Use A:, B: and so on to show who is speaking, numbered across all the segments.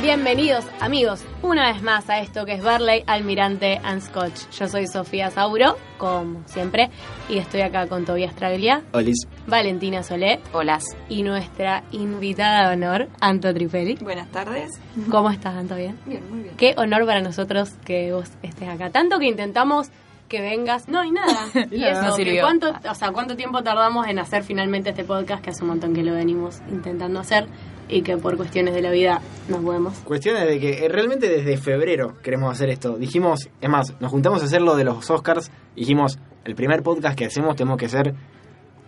A: Bienvenidos, amigos, una vez más a esto que es Barley, Almirante and Scotch. Yo soy Sofía Sauro, como siempre, y estoy acá con Tobias Traglia,
B: Olis.
A: Valentina Solé
C: Hola.
A: y nuestra invitada de honor, Anto Triferi.
C: Buenas tardes.
D: Eh,
A: ¿Cómo estás, Anto? ¿Bien?
C: Bien, muy bien.
A: Qué honor para nosotros que vos estés acá. Tanto que intentamos que vengas. No hay nada. Y eso,
C: No
A: que
C: sirvió.
A: ¿cuánto, o sea, ¿cuánto tiempo tardamos en hacer finalmente este podcast? Que hace un montón que lo venimos intentando hacer y que por cuestiones de la vida nos podemos.
B: Cuestiones de que eh, realmente desde febrero queremos hacer esto. Dijimos, es más, nos juntamos a hacer lo de los Oscars. Dijimos, el primer podcast que hacemos tenemos que hacer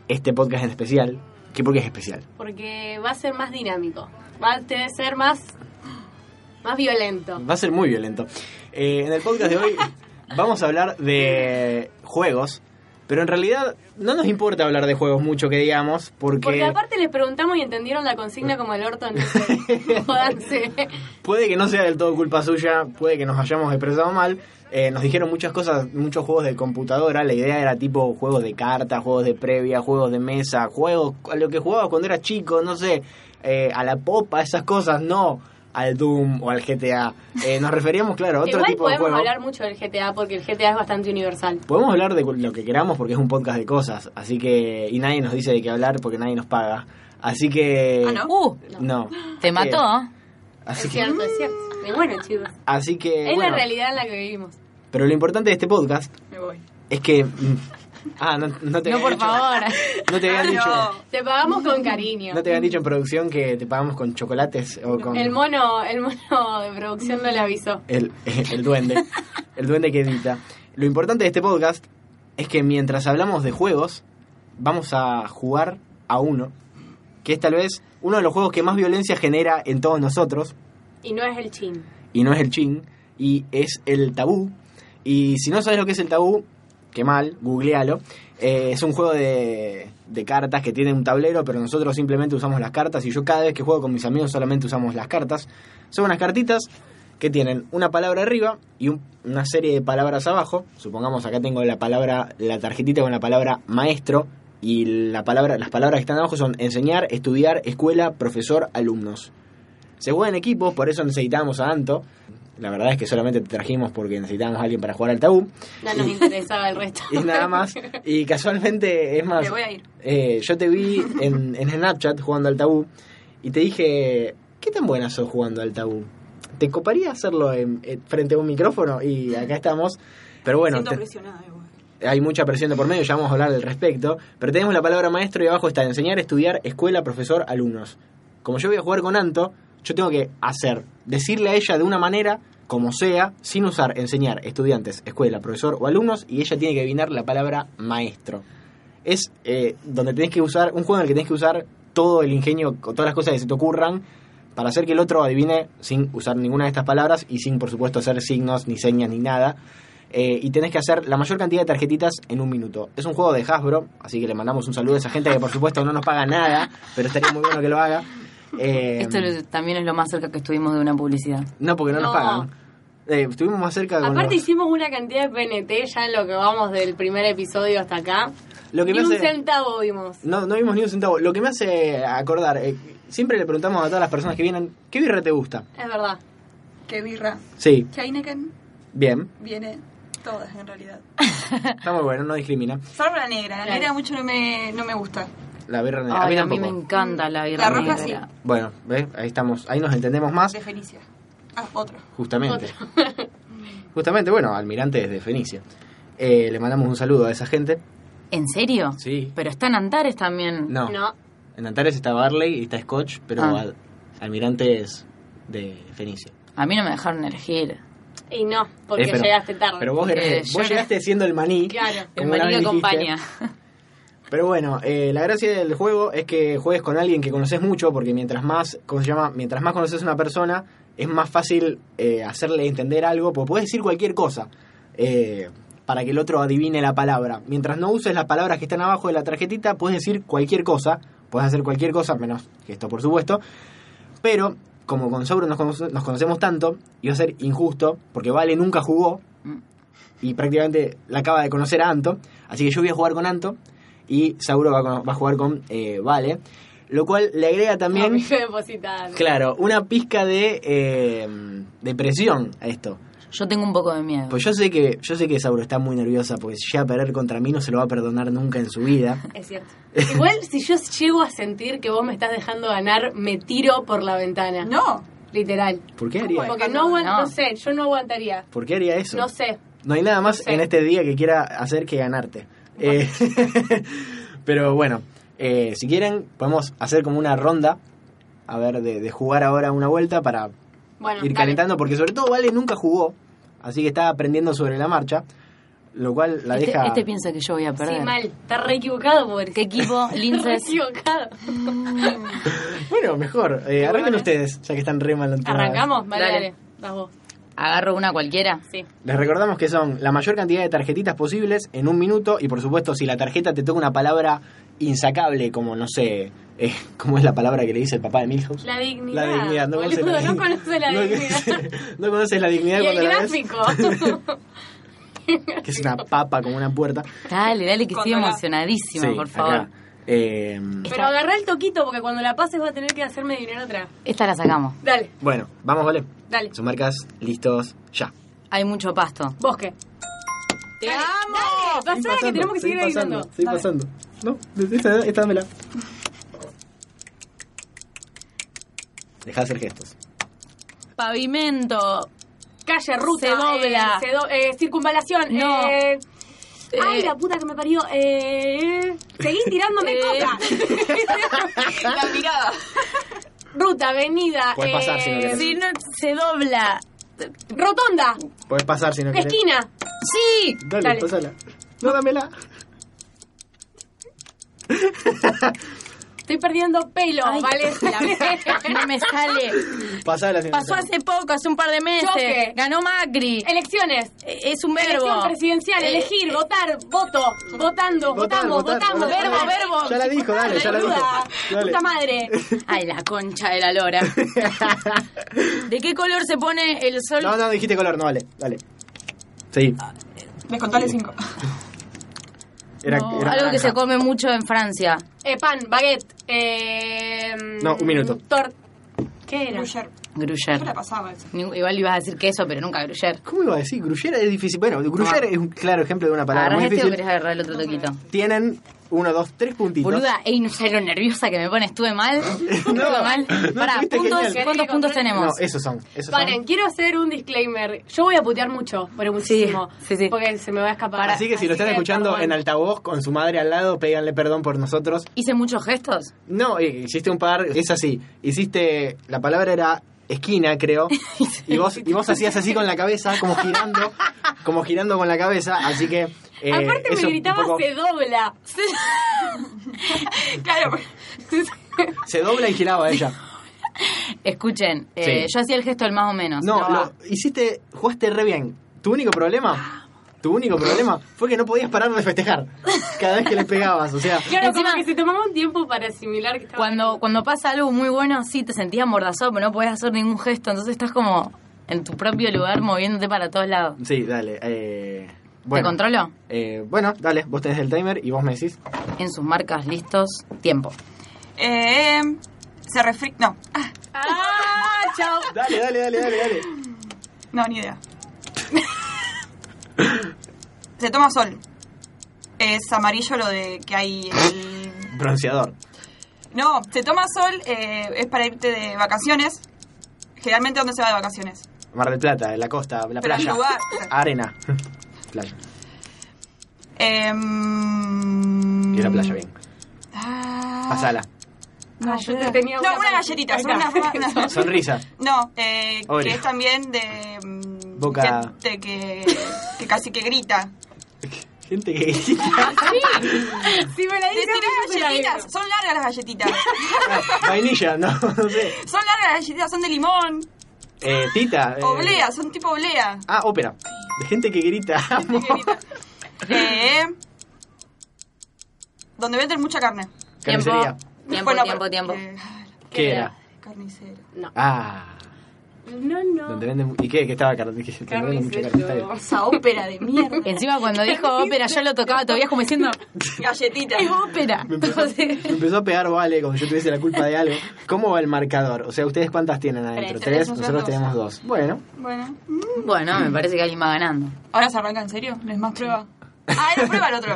B: este podcast en especial. ¿Qué por qué es especial?
A: Porque va a ser más dinámico. Va a debe ser más. más violento.
B: Va a ser muy violento. Eh, en el podcast de hoy vamos a hablar de juegos. Pero en realidad no nos importa hablar de juegos mucho que digamos, porque,
A: Porque aparte les preguntamos y entendieron la consigna como el orto, entonces. jódanse.
B: puede que no sea del todo culpa suya, puede que nos hayamos expresado mal. Eh, nos dijeron muchas cosas, muchos juegos de computadora. La idea era tipo juegos de cartas, juegos de previa, juegos de mesa, juegos a lo que jugaba cuando era chico, no sé, eh, a la popa, esas cosas, no al Doom o al GTA. Eh, nos referíamos, claro, a otro
A: Igual
B: tipo de
A: podemos
B: juego.
A: hablar mucho del GTA porque el GTA es bastante universal.
B: Podemos hablar de lo que queramos porque es un podcast de cosas, así que y nadie nos dice de qué hablar porque nadie nos paga. Así que
C: Ah, ¿no?
D: Uh,
B: No.
D: te mató.
B: Así
A: Es
B: que,
A: cierto, es cierto. Y bueno, chicos.
B: así que
A: es
B: bueno,
A: la realidad en la que vivimos.
B: pero lo importante de este podcast
C: Me voy.
B: Es que. mm, Ah, no, no te
D: No,
B: habían
D: por
B: dicho-
D: favor.
B: No te habían dicho.
A: Te pagamos con cariño.
B: No te habían dicho en producción que te pagamos con chocolates o con.
A: El mono, el mono de producción no le avisó.
B: el, el duende. El duende que edita. Lo importante de este podcast es que mientras hablamos de juegos, vamos a jugar a uno. Que es tal vez uno de los juegos que más violencia genera en todos nosotros.
A: Y no es el chin.
B: y no es el chin, y es el tabú. Y si no sabes lo que es el tabú, qué mal, googlealo. Eh, es un juego de, de cartas que tiene un tablero, pero nosotros simplemente usamos las cartas. Y yo cada vez que juego con mis amigos solamente usamos las cartas. Son unas cartitas que tienen una palabra arriba y un- una serie de palabras abajo. Supongamos acá tengo la palabra, la tarjetita con la palabra maestro. Y la palabra, las palabras que están abajo son enseñar, estudiar, escuela, profesor, alumnos. Se juega en equipos, por eso necesitábamos a Anto. La verdad es que solamente te trajimos porque necesitábamos a alguien para jugar al tabú.
A: No nos interesaba el resto.
B: Y nada más. Y casualmente, es más,
C: Me voy a ir.
B: eh, yo te vi en, en Snapchat jugando al tabú y te dije, ¿qué tan buena sos jugando al tabú? ¿Te coparía hacerlo en- en- frente a un micrófono? Y acá estamos. Pero bueno,
C: Siento
B: te-
C: presionada igual.
B: hay mucha presión de por medio, ya vamos a hablar al respecto. Pero tenemos la palabra maestro y abajo está enseñar, estudiar, escuela, profesor, alumnos. Como yo voy a jugar con Anto, yo tengo que hacer, decirle a ella de una manera, como sea, sin usar enseñar, estudiantes, escuela, profesor o alumnos, y ella tiene que adivinar la palabra maestro. Es eh, donde tenés que usar, un juego en el que tenés que usar todo el ingenio, o todas las cosas que se te ocurran, para hacer que el otro adivine sin usar ninguna de estas palabras y sin, por supuesto, hacer signos, ni señas, ni nada. Eh, y tenés que hacer la mayor cantidad de tarjetitas en un minuto. Es un juego de Hasbro, así que le mandamos un saludo a esa gente que por supuesto no nos paga nada, pero estaría muy bueno que lo haga. Eh,
D: Esto lo- también es lo más cerca que estuvimos de una publicidad.
B: No, porque no, nos
A: No.
B: pagan. Eh, estuvimos más cerca con
A: Aparte
B: los-
A: hicimos una cantidad de PNT ya en lo que vamos del primer episodio hasta acá.
B: Lo que
A: Ni
B: me
A: un
B: hace-
A: centavo vimos.
B: No, no vimos ni un centavo. Lo que me hace acordar, eh, siempre le preguntamos a todas las personas que vienen, ¿qué birra te gusta?
A: Es verdad.
C: Qué birra.
B: Sí,
C: Heineken
B: bien.
C: viene todas en realidad.
B: Está muy bueno, no discrimina.
C: Salvo la negra. La
A: Claro.
C: negra mucho no me, no me gusta.
B: la birra negra.
D: Ay,
B: a
D: a
B: mí
D: mí me
B: tampoco.
D: encanta la birra
C: La roja
D: negra.
B: Bueno, ¿ves? Ahí estamos, ahí nos entendemos más.
C: De Fenicia. Ah, otro.
B: Justamente. Justamente, bueno, almirante desde Fenicia. Eh, le mandamos un saludo a esa gente.
D: ¿En serio?
B: Sí.
D: Pero está en Antares también.
B: No.
A: No.
B: En Antares está Barley y está Scotch, pero
D: Ah.
B: al- almirante es de Fenicia.
D: A mí no me dejaron elegir.
A: Y no, porque
B: Eh, pero-
A: llegaste tarde.
B: Pero vos,
D: Porque
B: eres- vos
D: yo-
B: llegaste siendo el maní.
A: Claro.
D: El
B: como una
D: marido
B: vez
D: acompaña.
B: dijiste. Pero bueno, eh, la gracia del juego es que juegues con alguien que conoces mucho, porque mientras más, ¿cómo se llama? Mientras más conoces a una persona, es más fácil eh, hacerle entender algo, porque puedes decir cualquier cosa eh, para que el otro adivine la palabra. Mientras no uses las palabras que están abajo de la tarjetita, puedes decir cualquier cosa, puedes hacer cualquier cosa, menos que esto, por supuesto. Pero, como con Sauron nos, conoce- nos conocemos tanto, iba a ser injusto, porque Vale nunca jugó, y prácticamente la acaba de conocer a Anto, así que yo voy a jugar con Anto y Sauro va, a con- va a jugar con eh, Vale, lo cual le agrega
A: También.
B: también,
A: me depositan.
B: claro, una pizca de, eh, de presión a esto.
D: Yo tengo un poco de miedo.
B: Pues yo sé que yo sé que Sauro está muy nerviosa porque si llega a perder contra mí no se lo va a perdonar nunca en su vida.
A: Es cierto. Igual si yo llego a sentir que vos me estás dejando ganar, me tiro por la ventana.
C: No.
A: Literal.
B: ¿Por qué
C: ¿Cómo
B: haría?
A: Porque no aguanto,
D: No.
A: no sé, yo no aguantaría.
B: ¿Por qué haría eso?
A: No sé.
B: No hay nada más
A: sé.
B: en este día que quiera hacer que ganarte. Eh, pero bueno, eh, si quieren, podemos hacer como una ronda. A ver, de, de jugar ahora una vuelta para
A: Bueno,
B: ir
A: dale.
B: calentando, porque sobre todo Vale nunca jugó, así que está aprendiendo sobre la marcha, lo cual la
D: este,
B: deja...
D: este piensa que yo voy a perder.
A: Sí, mal. Está re equivocado, porque
D: ¿Qué equipo?
A: Está re
D: Linces.
A: equivocado.
B: Bueno, mejor, eh, arranquen
A: bueno.
B: ustedes, ya que están re mal entonadas.
A: ¿Arrancamos? Vale,
D: Dale.
A: dale. Vas vos.
D: Agarro una cualquiera.
A: Sí.
B: Les recordamos que son la mayor cantidad de tarjetitas posibles en un minuto y por supuesto si la tarjeta te toca una palabra insacable como no sé, eh, ¿cómo es la palabra que le dice el papá de Milhouse?
A: La dignidad.
B: La dignidad, no conoces
A: boludo,
B: la
A: no
B: dignidad.
A: conoce la
B: No
A: dignidad.
B: conoces- no conoces la dignidad
A: y
B: cuando
A: el
B: la ves,
A: gráfico.
B: que es una papa como una puerta.
D: Dale, dale, que estoy
C: Controla.
D: emocionadísima,
B: Sí,
D: por favor.
B: acá. Eh,
A: Pero agarrá el toquito, porque cuando la pases va a tener que hacerme adivinar otra.
D: Esta la sacamos.
A: Dale,
B: bueno, vamos, vale.
A: dale.
B: Sus marcas, listos, ya.
D: Hay mucho pasto.
A: Bosque. ¡Te amo! Dale, pasá, que tenemos que seguir adivinando.
B: Estoy
A: Dale.
B: pasando. No, esta, esta dámela. Deja de hacer gestos.
D: Pavimento.
A: Calle, ruta.
D: Se dobla.
A: eh, se do- eh, circunvalación.
D: No.
A: eh, Ay,
D: Eh.
A: la puta que me parió. Eh, seguí tirándome
D: Eh.
A: coca.
C: La mirada.
A: Ruta, avenida. eh,
B: Puedes pasar si no querés.
D: Si no se dobla.
A: Rotonda.
B: Podés pasar si no querés.
A: Esquina.
D: Sí.
B: Dale,
A: Dale.
B: pasala. No, dámela.
A: Estoy perdiendo pelo,
D: Ay.
A: Oh, ¿vale?
D: No me sale.
B: Pasala. si no
D: Pasó
B: querés.
D: hace poco, hace un par de meses.
A: Choque.
D: Ganó Macri.
A: Elecciones.
D: Eh, Es un verbo. Eh,
A: Elección presidencial, elegir, votar, voto, votando,
B: Votar,
A: votamos,
B: votar,
A: votamos,
B: votar.
A: verbo,
D: Dale.
A: verbo.
B: Ya la dijo, dale, ya la dijo.
A: Ayuda,
B: Dale.
A: Puta madre.
D: Ay, la concha de la lora. ¿De qué color se pone el sol?
B: No, no, dijiste color, no vale. Dale. Sí.
C: Descontale cinco.
B: Era,
D: No,
B: era
D: Algo
B: naranja.
D: que se come mucho en Francia.
A: Eh, pan, baguette. Eh,
B: No, un minuto.
A: Tor ¿Qué era?
C: Grusher.
D: Gruyer.
C: Yo la pasaba esa.
D: Ni- Igual ibas a decir queso, pero nunca gruyer.
B: ¿Cómo iba a decir? Gruyera es difícil. Bueno, gruyera es un claro ejemplo de una palabra
D: ¿Agarrás
B: muy
D: este o
B: difícil.
D: querés agarrar el otro toquito?
B: Tienen uno, dos, tres puntitos.
D: Boluda, ey, no sé lo nerviosa que me pone. Estuve mal. Estuve mal.
B: no,
D: Pará,
B: estuviste
D: puntos,
B: genial.
D: ¿cuántos puntos tenemos?
B: No, esos son. Esos
A: Paren,
B: son.
A: quiero hacer un disclaimer. Yo voy a putear mucho, pero muchísimo.
D: sí, sí.
A: Porque se me va a escapar.
B: Así que si lo están escuchando
A: perdón.
B: en altavoz con su madre al lado, péganle perdón por nosotros.
D: Hice muchos gestos.
B: No, eh, hiciste un par, es así. Hiciste, la palabra era esquina, creo. Y vos, y vos hacías así con la cabeza, como girando, como girando con la cabeza. Así que. eh,
A: Aparte
B: eso
A: me
B: un
A: gritaba,
B: poco-
A: se dobla.
C: Claro.
B: se dobla y giraba ella.
D: Escuchen, eh,
B: Sí.
D: yo hacía el gesto del más o menos.
B: No,
D: va.
B: lo, hiciste, jugaste re bien. Tu único problema, tu único problema fue que no podías parar de festejar cada vez que le pegabas. O sea,
A: Y ahora como
D: Encima-
A: que se tomaba un tiempo para asimilar que estaba...
D: Cuando, cuando pasa algo muy bueno, sí, te sentías mordazado, pero no podés hacer ningún gesto. Entonces estás como en tu propio lugar moviéndote para todos lados.
B: sí, dale. eh,
D: ¿Te
B: bueno,
D: controlo?
B: eh, bueno, dale, vos tenés el timer y vos me decís.
D: En sus marcas, listos, tiempo.
C: Eh, se refri... No. Ah,
A: ¡Ah, chao!
B: Dale, dale, dale, dale, dale.
C: No, ni idea. se toma sol. Es amarillo lo de que hay el...
B: Bronceador.
C: No, se toma sol, eh, es para irte de vacaciones. Generalmente, ¿dónde se va de vacaciones?
B: Mar del Plata, la costa, la
C: Pero
B: playa.
C: al lugar.
B: Arena. playa.
C: Em,
B: Y la playa bien.
C: ah,
B: Pasala.
D: No, yo te tenía
C: No, una galletita, son unas- unas- unas-
B: Sonrisa.
C: No, eh,
B: Oreo.
C: que es también de mm,
B: Boca.
C: gente que, que casi que grita.
B: Gente que grita.
D: Si me la
C: Decir las galletitas, son largas las galletitas.
B: Ah, Vainilla, no, no sé.
C: Son largas las galletitas, son de limón.
B: Eh, tita. eh,
C: Oblea, son tipo oblea.
B: Ah, ópera. De gente que grita. amo.
C: Que grita. Eh, donde venden mucha carne.
D: Tiempo,
B: Carnicería.
D: tiempo,
C: Bueno,
D: tiempo,
C: pero-
D: tiempo.
C: eh,
B: ¿Qué era?
C: carnicero.
B: Ah.
A: No, no.
B: Donde venden... ¿Y qué? Que estaba car- que- que venden mucho carnicero.
C: Esa ópera de mierda.
D: Encima cuando dijo ópera, yo lo tocaba todavía como diciendo,
C: Galletita.
D: es ópera.
B: Me empezó, me empezó a pegar vale como si yo tuviese la culpa de algo. ¿Cómo va el marcador? O sea, ¿ustedes cuántas tienen adentro?
C: Tres.
B: Tres,
C: Nosotros
B: nosotros
C: dos.
B: tenemos dos. Bueno,
C: Bueno.
D: Bueno, me parece que alguien va ganando.
C: ¿Ahora se arranca en serio? ¿No es más prueba? Ah, era prueba el otro.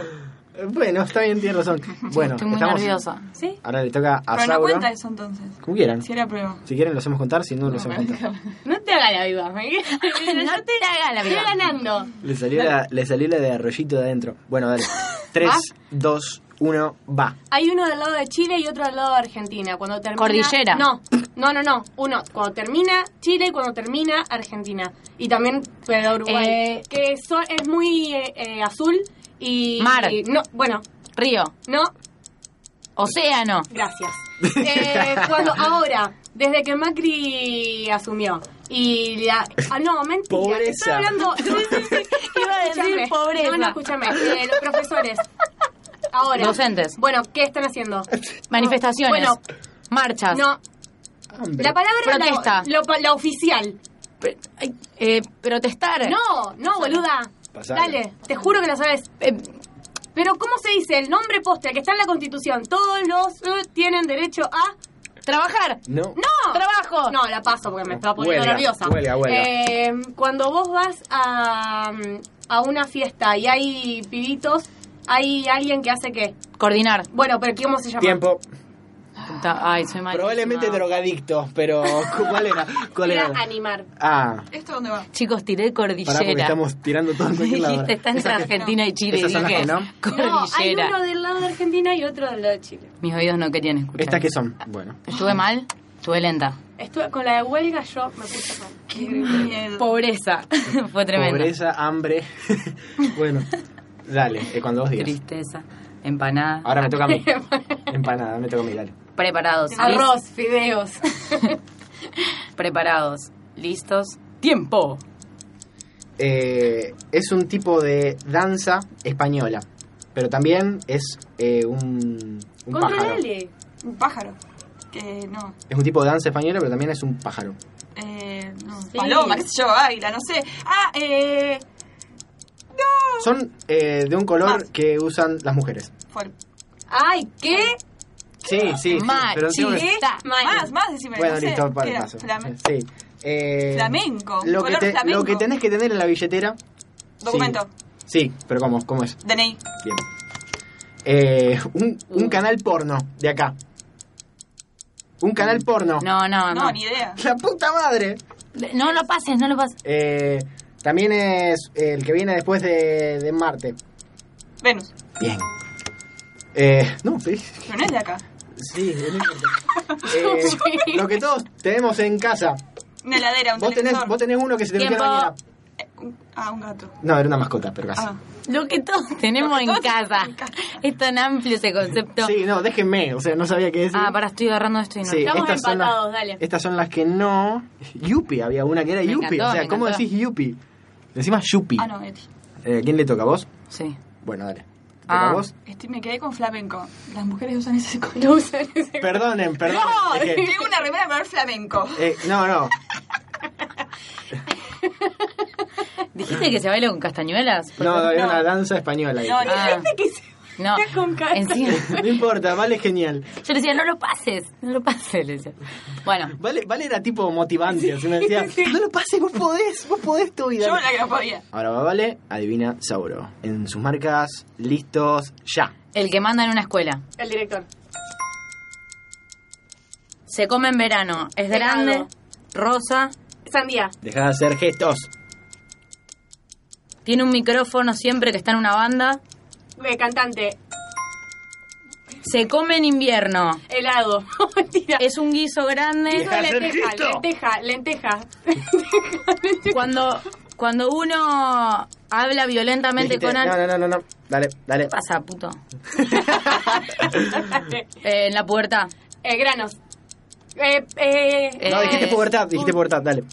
B: eh, bueno, está bien, tienes razón. Bueno,
D: Estoy muy
B: estamos...
D: nerviosa.
C: ¿Sí?
B: Ahora le toca a
C: Pero no
B: Sauro.
C: cuenta eso entonces.
B: Como quieran.
C: Si era prueba.
B: Si quieren lo hacemos contar, si no lo hacemos contar.
A: No te hagas la viva.
D: No te hagas la viva.
A: Estoy ganando.
B: Le salió, la, le salió la de arroyito de adentro. Bueno, dale. Tres, dos, uno, va.
A: Hay uno del lado de Chile y otro del lado de Argentina. Cuando termina,
D: Cordillera.
A: No, no, no, no. Uno, cuando termina Chile y cuando termina Argentina. Y también pero Uruguay.
D: Eh,
A: que so- es muy eh, eh, azul y...
D: Mar.
A: y no, bueno,
D: Río,
A: no,
D: océano,
A: gracias. Eh, cuando ahora, desde que Macri asumió y la... Ah, no, mentira.
B: Pobreza.
A: Estoy hablando... Sí, sí, sí. Iba a decir
D: Escúchame.
A: pobreza.
D: No,
A: No,
D: no,
A: no, escúchame. Eh, los profesores. Ahora.
D: Docentes.
A: Bueno, ¿qué están haciendo?
D: manifestaciones,
A: Bueno,
D: marchas,
A: no,
B: Hambre.
A: la palabra
D: Ah. Protesta.
A: La, lo- la oficial.
D: Pe- ay, eh, protestar,
A: No, no, boluda.
B: Pasale.
A: Dale, te juro que la sabes.
D: Eh,
A: Pero ¿cómo se dice el nombre poste que está en la Constitución? Todos los eh, tienen derecho a
D: trabajar,
B: No.
A: No.
D: trabajo,
A: No, la paso porque me estaba poniendo
B: Huelga,
A: nerviosa.
B: huelga, huelga.
A: Eh, cuando vos vas a, a una fiesta y hay pibitos, hay alguien que hace qué.
D: coordinar.
A: Bueno, pero ¿cómo se llama?
B: Tiempo.
D: Ay, soy malísima.
B: Probablemente drogadictos, pero ¿cuál era? ¿Cuál
A: Era
B: era?
A: animar.
B: Ah,
C: ¿Esto dónde va?
D: Chicos, tiré
B: pará porque
D: cordillera.
B: estamos tirando todo en
D: Me
B: cualquier lado.
D: dijiste, está entre Argentina y Chile.
B: esas son
D: dije,
B: las que no.
A: No, hay
D: Cordillera.
A: uno del lado de Argentina y otro del lado de Chile.
D: Mis oídos no querían escuchar.
B: ¿Estas qué son? Bueno.
D: Estuve mal, estuve lenta.
A: Estuve con la de huelga, yo me puse mal.
C: Qué miedo.
D: Pobreza. Fue tremendo.
B: Pobreza, hambre. bueno, dale, eh, cuando vos digas.
D: Tristeza, empanada.
B: Ahora me toca a mí. Empanada, me toca a mí, dale.
D: Preparados.
A: Arroz, fideos.
D: Lis- Preparados. Listos. Tiempo.
B: Eh, es un tipo de danza española, pero también es eh, un, un pájaro.
A: Controlale.
C: Un pájaro. Que no.
B: Es un tipo de danza española, pero también es un pájaro.
C: Eh, no, Paloma, qué sé yo, águila, no sé. Ah, eh.
B: Son eh, de un color
C: Más.
B: que usan las mujeres.
C: Fue,
A: Ay, ¿qué?
B: Sí,
C: Ah,
B: sí. sí, pero tengo que-
D: Machista.
C: más, más, decime.
B: Bueno,
C: eh, no sé.
B: listo, para
C: ¿Qué
B: el
C: era?
B: paso.
C: Flamen-
B: Sí. Eh,
C: Flamenco,
B: Lo que,
C: color
B: te-
C: flamenco.
B: lo que tenés que tener en la billetera. sí.
C: Documento.
B: Sí, pero ¿cómo? ¿Cómo es?
C: DNI.
B: Bien. Eh, un,
C: Uh.
B: un canal porno de acá. Un canal porno.
D: No, no,
C: No,
D: no.
C: ni idea.
B: ¡La puta madre!
D: No lo pases, no lo pases.
B: Eh, también es el que viene después de, de Marte.
C: Venus.
B: Bien. Eh, no, sí.
C: Pero no es de acá.
B: Sí, es muy importante. Eh, Lo que todos tenemos en casa.
C: Una heladera, un
B: Vos tenés,
C: televisor.
B: vos tenés uno que se te metió en
D: Tiempo.
B: la bañera.
C: Eh, un- ah, un gato.
B: No, era una mascota, pero casi.
C: Ah.
D: Lo que todos tenemos en
C: todos
D: casa.
C: tenemos en casa.
D: Es tan amplio ese concepto.
B: Sí, no, déjenme, o sea, no sabía qué decir.
D: Ah, pará, estoy agarrando esto y no.
B: Sí,
A: Estamos
B: estas son las-
A: empatados, dale.
B: Estas son las que no. Yupi, había una que era
D: Me
B: Yupi.
D: encantó,
B: O sea,
D: me
B: ¿cómo
D: encantó.
B: decís Yupi? Decimos Yupi.
C: Ah, no, Eti.
B: Eh, ¿Quién le toca a vos?
D: Sí.
B: Bueno, dale. ¿Te toca
D: Ah.
B: a vos?
C: Estoy, Este, me quedé con flamenco. Las mujeres usan ese color.
A: Lo usan ese-
B: Perdonen, perdón.
C: No,
B: es que-
C: tengo una remera de color flamenco.
B: eh, no, no.
D: ¿Dijiste que se baila con castañuelas?
B: No, era
C: no.
B: una danza española.
C: No,
B: dije.
D: Ah,
A: ¿Qué se-
D: No,
A: Qué con cara.
D: encima-
B: No importa, Vale es genial.
D: yo le decía, no lo pases, no lo pases, le decía. Bueno,
B: Vale, vale era tipo motivante. así me decía, no lo pases, vos podés, vos podés tu vida.
C: Yo la que no podía.
B: Ahora va Vale, adivina Sauro. En sus marcas, listos, ya.
D: el que manda en una escuela.
A: El director.
D: Se come en verano, es
A: Helado.
D: grande, rosa,
A: Sandía.
B: Deja de hacer gestos.
D: tiene un micrófono siempre que está en una banda.
A: Eh, cantante.
D: Se come en invierno,
A: Helado. Mentira.
D: es un guiso grande.
B: Deja de hacer
A: lenteja,
B: gestos.
A: lenteja, lenteja.
D: Cuando, cuando uno habla violentamente
B: Dijiste,
D: con alguien...
B: no, no, no, no, no. Dale, dale. Ah,
D: ¿Qué pasa, puto? Eh, en la puerta.
A: Eh, granos. Eh, eh,
D: Eh,
B: No, dijiste pubertad, dijiste pubertad, dale.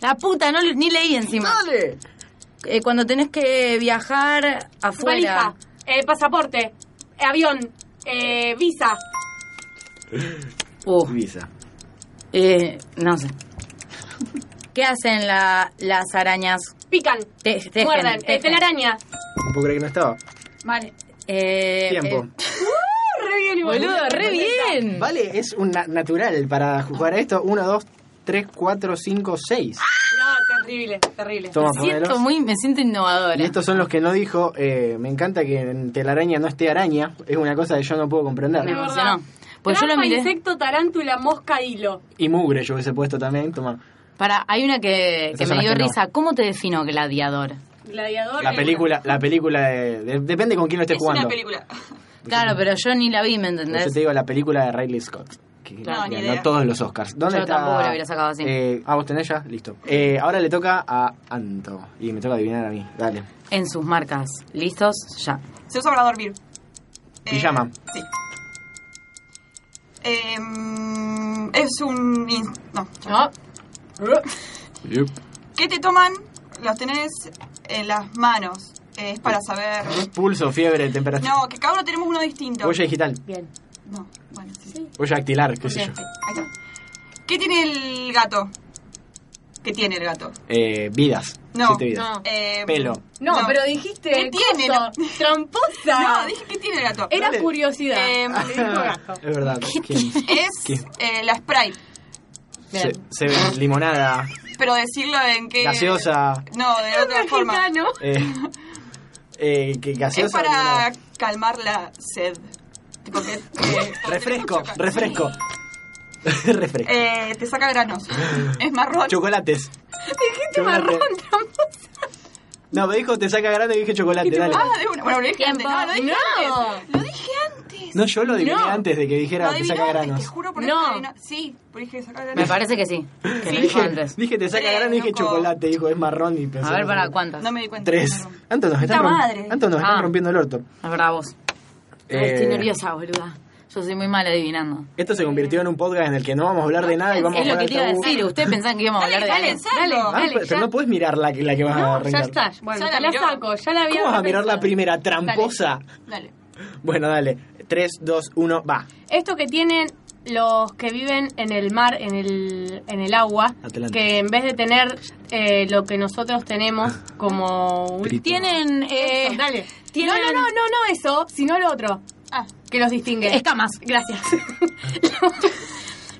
D: La puta, no, le- ni leí encima.
B: Dale.
D: Eh, cuando tenés que viajar afuera.
A: valija. Eh, pasaporte. Eh, avión. Eh, visa.
D: Uh,
B: Visa.
D: eh, no sé. ¿Qué hacen la- las arañas?
A: Pican.
D: Te, tejen,
A: muerden. Eh,
D: tejen.
A: telaraña.
B: No puedo creer que no estaba.
D: Vale. Eh,
B: Tiempo.
D: eh, mm. boludo, re bien.
B: Vale, es un na- natural para jugar a esto. 1, 2, 3, 4, 5, 6.
A: Ah,
C: No, terrible, terrible.
B: Toma,
D: Me siento,
B: ponelos.
D: muy, me siento innovadora.
B: Y estos son los que no dijo. eh, me encanta que en telaraña no esté araña. Es una cosa que yo no puedo comprender.
D: Me
A: verdad.
D: emocionó. Pues yo lo
A: Trampa,
D: miré.
A: insecto, tarántula, mosca, hilo.
B: Y mugre yo hubiese puesto también. Toma.
D: Para, hay una que, que
B: Esas son
D: me
B: las
D: dio
B: que no.
D: risa. ¿Cómo te defino gladiador?
A: Gladiador.
B: La película, la película de, de- depende con quién lo estés
C: Es
B: jugando.
C: una película.
D: Claro, pero yo ni la vi, ¿me
B: Pues Yo
D: entendés?
B: te digo la película de Ridley Scott. Que
C: Claro, ni
B: ganó
C: idea.
B: todos los Oscars. ¿Dónde
D: Yo
B: está?
D: tampoco la hubiera sacado así.
B: Eh, ah, vos tenés ya, listo. Eh, ahora le toca a Anto. Y me toca adivinar a mí. Dale.
D: En sus marcas. ¿Listos? Ya.
C: Se usa para dormir.
B: Pijama.
C: Sí. Eh, Em, es un... in- No.
D: No.
C: ¿Qué te toman? Los tenés en las manos. Eh, es para saber...
B: Pulso, fiebre, temperatura.
C: No, que cada uno tenemos uno distinto.
B: Huella digital.
A: Bien.
C: No, bueno, sí, sí.
B: Huella dactilar, qué sé yo.
C: Ahí está. ¿Qué tiene el gato? ¿Qué tiene el gato?
B: Eh, vidas.
C: No,
B: Siete vidas.
A: no.
C: Em,
B: Pelo.
A: No,
C: No.
A: pero dijiste.
C: ¿Qué tiene?
A: coso, Tramposa.
C: No, dije que tiene el gato.
A: Era
B: Dale.
A: curiosidad.
C: Em,
A: Le dijo gato.
B: es verdad. ¿quién? ¿Qué?
C: Es eh, la Sprite.
B: Se, se ve limonada,
C: Pero decirlo en qué.
B: gaseosa.
C: No, de otra forma.
A: Gitano.
B: Eh, eh, que gaseosa.
C: Es para
B: limonada.
C: calmar la sed. Tipo que. que-
B: Refresco,
C: Sí.
B: refresco. refresco.
C: Eh, te saca granos. Es marrón.
B: Chocolates.
A: Dijiste
B: Chocolate.
A: marrón, tramposa.
B: No, me dijo te saca grande y dije chocolate, dale.
C: Ah, de una. Bueno, lo dije
D: Tiempo.
C: antes. No,
A: No.
C: lo dije antes. Lo dije antes.
B: No, yo lo adiviné
A: No.
B: antes de que dijera
C: Lo
B: te saca
C: adivinaste, te
B: granos.
C: juro por
A: No.
C: eso. adivina- Sí, por dije saca granos.
D: Me parece que sí. Que lo dijo
B: Dije,
D: antes.
B: dije te saca
C: Tres,
B: granos y dije
C: loco.
B: chocolate, dijo es marrón y pensé.
D: A ver, ¿para
B: cuánto.
D: cuántas?
C: No me di cuenta.
B: Tres.
C: Marrón.
B: Anto nos están,
C: Puta
B: romp-
C: madre.
B: Anto nos están
D: Ah.
B: rompiendo el orto.
D: Es verdad, vos. Ay,
B: Eh,
D: Estoy nerviosa, boluda. Yo soy muy mala adivinando.
B: Esto se convirtió en un podcast en el que no vamos a hablar de nada y vamos
D: Es
B: a
D: lo
B: hablar
D: que te iba a
B: tabú.
D: decir. Ustedes pensaban que íbamos a
C: Dale,
D: hablar de
C: dale,
D: algo.
C: dale,
B: Ah,
A: Dale,
B: pero
A: ya.
B: no puedes mirar la, la que vas a
A: No, ya
B: arrancar.
A: está.
C: Bueno,
A: ya
C: ya
A: la
C: miró.
A: saco, ya la había.
B: Ah, ¿Cómo vas a mirar la
A: pensado.
B: primera tramposa?
C: Dale.
B: Bueno, dale. 3, 2, 1, va.
A: Esto que tienen los que viven en el mar, en el, en el agua,
B: Atlántico.
A: que en vez de tener eh, lo que nosotros tenemos como... un-
B: Perito.
D: Tienen. eh,
A: Eh, dale.
D: tienen-
A: No, no, no, no, no eso, sino lo otro
C: Ah,
A: que los distingue.
D: Escamas.
A: Gracias.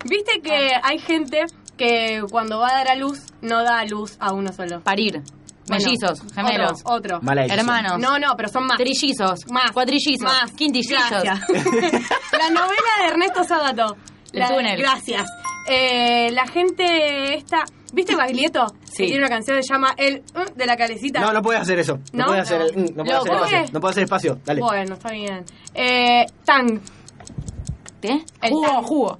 A: Viste que
D: Ah.
A: hay gente que cuando va a dar a luz, no da a luz a uno solo.
D: Parir.
A: Bueno,
D: Mellizos. Gemelos.
A: Otro. otro.
B: Mala decisión.
D: Hermanos.
A: No, no, pero son más.
D: Trillizos.
A: Más.
D: Cuatrillizos.
A: Más.
D: Quintillizos.
A: Gracias. la novela de Ernesto Sábato.
D: El
A: La de-
D: túnel.
A: Gracias. Eh, la gente esta... ¿Viste Baglietto?
D: Sí.
A: Que tiene una canción que se llama El mm, de la calecita.
B: No, no puedes hacer eso. No,
A: No,
B: puedes hacer
A: no.
B: el. mm, No puedes
D: Lo
B: hacer espacio.
A: coge.
B: No puedes hacer espacio. Dale.
A: Bueno, está bien. Eh, tang.
D: ¿Té?
A: El
D: Jugo,
A: tan.
D: jugo.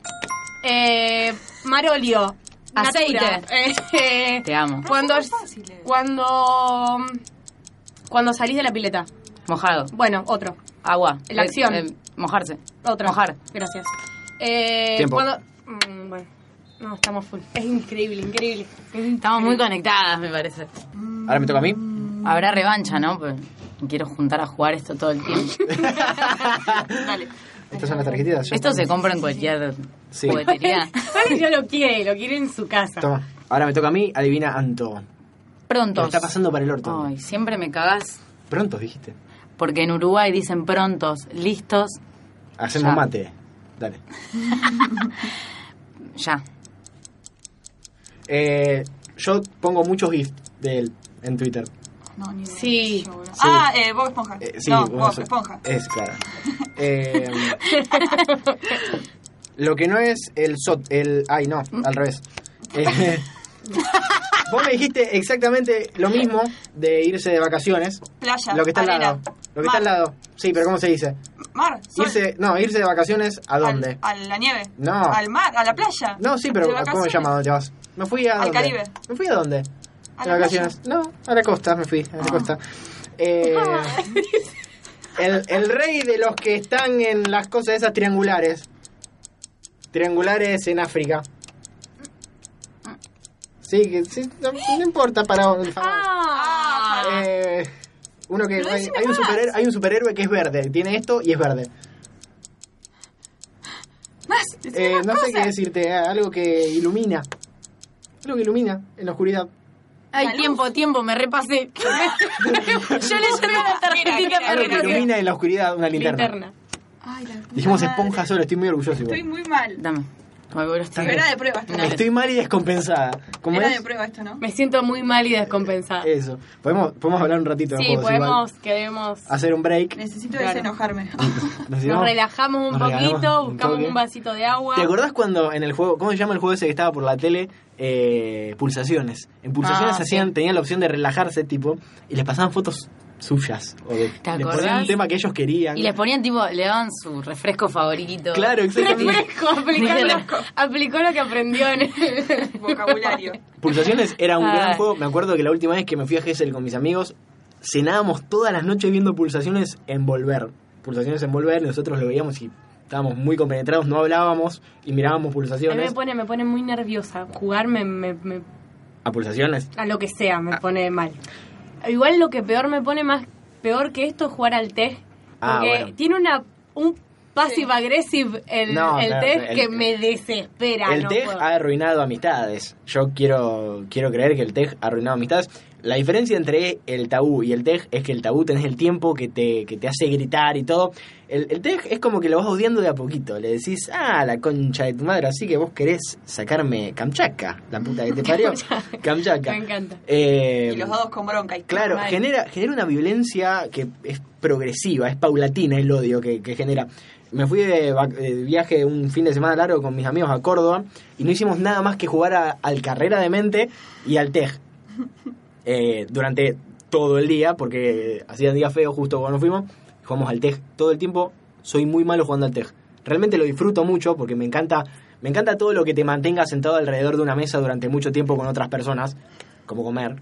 A: Eh, marolio.
D: Aceite.
A: Natura. Eh, eh,
D: Te amo. Ah,
A: Cuando,
C: es fácil, eh.
A: cuando, mm, cuando salís de la pileta.
D: Mojado.
A: Bueno, otro.
D: Agua.
A: La
D: Eh,
A: acción.
D: eh, mojarse.
A: Otro.
D: Mojar.
A: Gracias. Eh,
B: Tiempo.
A: Cuando, mm, bueno, no, estamos full. Es increíble, increíble.
D: Estamos muy conectadas, me parece.
B: Ahora me toca a mí.
D: Habrá revancha, ¿no? Pues, me quiero juntar a jugar esto todo el tiempo.
C: dale.
B: Estas son las tarjetitas. ya
D: Esto
B: está.
D: se compra en cualquier
B: Sí.
D: juguetería.
A: Sale ya lo quiere, lo quiere en su casa.
B: Toma. Ahora me toca a mí. Adivina Anto.
D: Pronto.
B: Lo está pasando para el orto.
D: Ay, siempre me cagás.
B: Prontos, dijiste.
D: Porque en Uruguay dicen prontos, listos,
B: Hacemos
D: Ya.
B: mate. Dale.
D: ya.
B: Eh, yo pongo muchos gifs de él en Twitter.
C: No, ni idea.
A: Sí.
C: Yo, boludo.
B: Sí.
C: Ah, eh, Bob Esponja.
B: Eh, sí,
C: no,
B: bueno,
C: Bob
B: so-
C: Esponja.
B: Es, claro. Eh, lo que no es el sot, el... Ay, no, al revés. Eh, vos me dijiste exactamente lo mismo de irse de vacaciones.
C: Playa.
B: Lo que está al
C: arena,
B: lado. Lo que está al
C: mar,
B: lado. Sí, pero ¿cómo se dice?
C: Mar. sol,
B: Irse, no, irse de vacaciones a
C: al-
B: dónde?
C: a la nieve.
B: No.
C: Al mar, a la playa.
B: No, sí, pero
C: De
B: ¿cómo se
C: vacaciones.
B: llama? ¿A ¿Dónde vas? Me fui a.
C: Al
B: dónde?
C: Caribe.
B: ¿Me fui a dónde?
C: A
B: de
C: la Ah.
B: vacaciones. No, a la costa me fui, a la costa. Eh, el, el rey de los que están en las cosas esas triangulares. Triangulares en África. Sí, que sí, no, no importa para dónde. por favor.
C: Ah,
B: Eh, uno que
C: No
B: hay,
C: decime
B: hay un
C: más.
B: superhéroe, hay un superhéroe que es verde, tiene esto y es verde.
C: Más,
B: Eh,
C: decime
B: no
C: más
B: sé qué
C: cosas.
B: decirte, eh, algo que ilumina. Algo que ilumina en la oscuridad.
D: Ay,
C: La luz.
D: tiempo, tiempo, me repasé. Yo leyendo la
C: Mira,
D: tarjetita
C: mira,
B: Algo que
D: pero
C: mira,
D: no que-
B: ilumina en la oscuridad, una linterna.
A: Linterna.
C: Ay, la puta
B: Dijimos
C: madre.
B: esponja solo, estoy muy orgulloso.
C: Estoy
B: Igual.
C: muy mal.
D: Dame. Ay, boludo, estoy-
C: Era de prueba esto, ¿no?
B: Estoy mal y descompensada. ¿Cómo
C: Era
B: es?
C: de prueba esto, ¿no?
A: Me siento muy mal y descompensada.
B: Eso. Podemos, podemos hablar un ratito de
A: sí,
B: juegos, Eh, igual.
A: podemos, queremos.
B: hacer un break.
C: Necesito
A: Claro.
C: desenojarme.
A: Nos
B: Necesitamos-
A: relajamos un
B: nos relajamos
A: poquito,
B: un
A: buscamos
B: toque.
A: un vasito de agua.
B: ¿Te acordás cuando en el juego, cómo se llama el juego ese que estaba por la tele? Eh, pulsaciones. En pulsaciones
D: Ah, sí.
B: hacían, tenían la opción de relajarse, tipo, y les pasaban fotos suyas. O de,
D: ¿Te
B: les ponían
D: acordás?
B: un tema que ellos querían.
D: Y les ponían tipo, le daban su refresco favorito.
B: Claro, exactamente.
A: Refresco, aplicó,
D: Refresco.
A: lo, aplicó lo que aprendió en el...
C: Vocabulario.
B: Pulsaciones era un gran
D: Ay.
B: juego. Me acuerdo que la última vez que me fui a Gessel con mis amigos, cenábamos todas las noches viendo pulsaciones en volver. Pulsaciones en volver, nosotros lo veíamos y estábamos muy compenetrados, no hablábamos y mirábamos
A: A mí me
B: pulsaciones.
A: pone, me pone muy nerviosa. Jugar me- me- me
B: A pulsaciones.
A: a lo que sea
B: Ah.
A: me pone mal. Igual lo que peor me pone más peor que esto es jugar al test.
B: Ah,
A: Porque
B: bueno.
A: tiene una un passive aggressive el,
B: No,
A: el
B: claro,
A: test
B: el-
A: que me desespera.
B: el ah,
A: no
B: TEG
A: puedo.
B: ha arruinado amistades. Yo quiero, quiero creer que el TEG ha arruinado amistades. La diferencia entre el tabú y el TEG es que el tabú tenés el tiempo que te, que te hace gritar y todo. El, el TEG es como que lo vas odiando de a poquito. Le decís, ah, la concha de tu madre, así que vos querés sacarme Kamchatka, la puta que te parió. Kamchatka.
A: Me encanta.
B: Eh,
C: Y los dados con bronca. y-
B: Claro,
A: Mal.
B: genera, genera una violencia que es progresiva, es paulatina el odio que, que genera. Me fui de, vac- de viaje un fin de semana largo con mis amigos a Córdoba y no hicimos nada más que jugar a- al Carrera de Mente y al TEG eh, durante todo el día, porque hacían día feo justo cuando nos fuimos. Jugamos al TEG todo el tiempo. Soy muy malo jugando al TEG. Realmente lo disfruto mucho porque me encanta, me encanta todo lo que te mantenga sentado alrededor de una mesa durante mucho tiempo con otras personas, como comer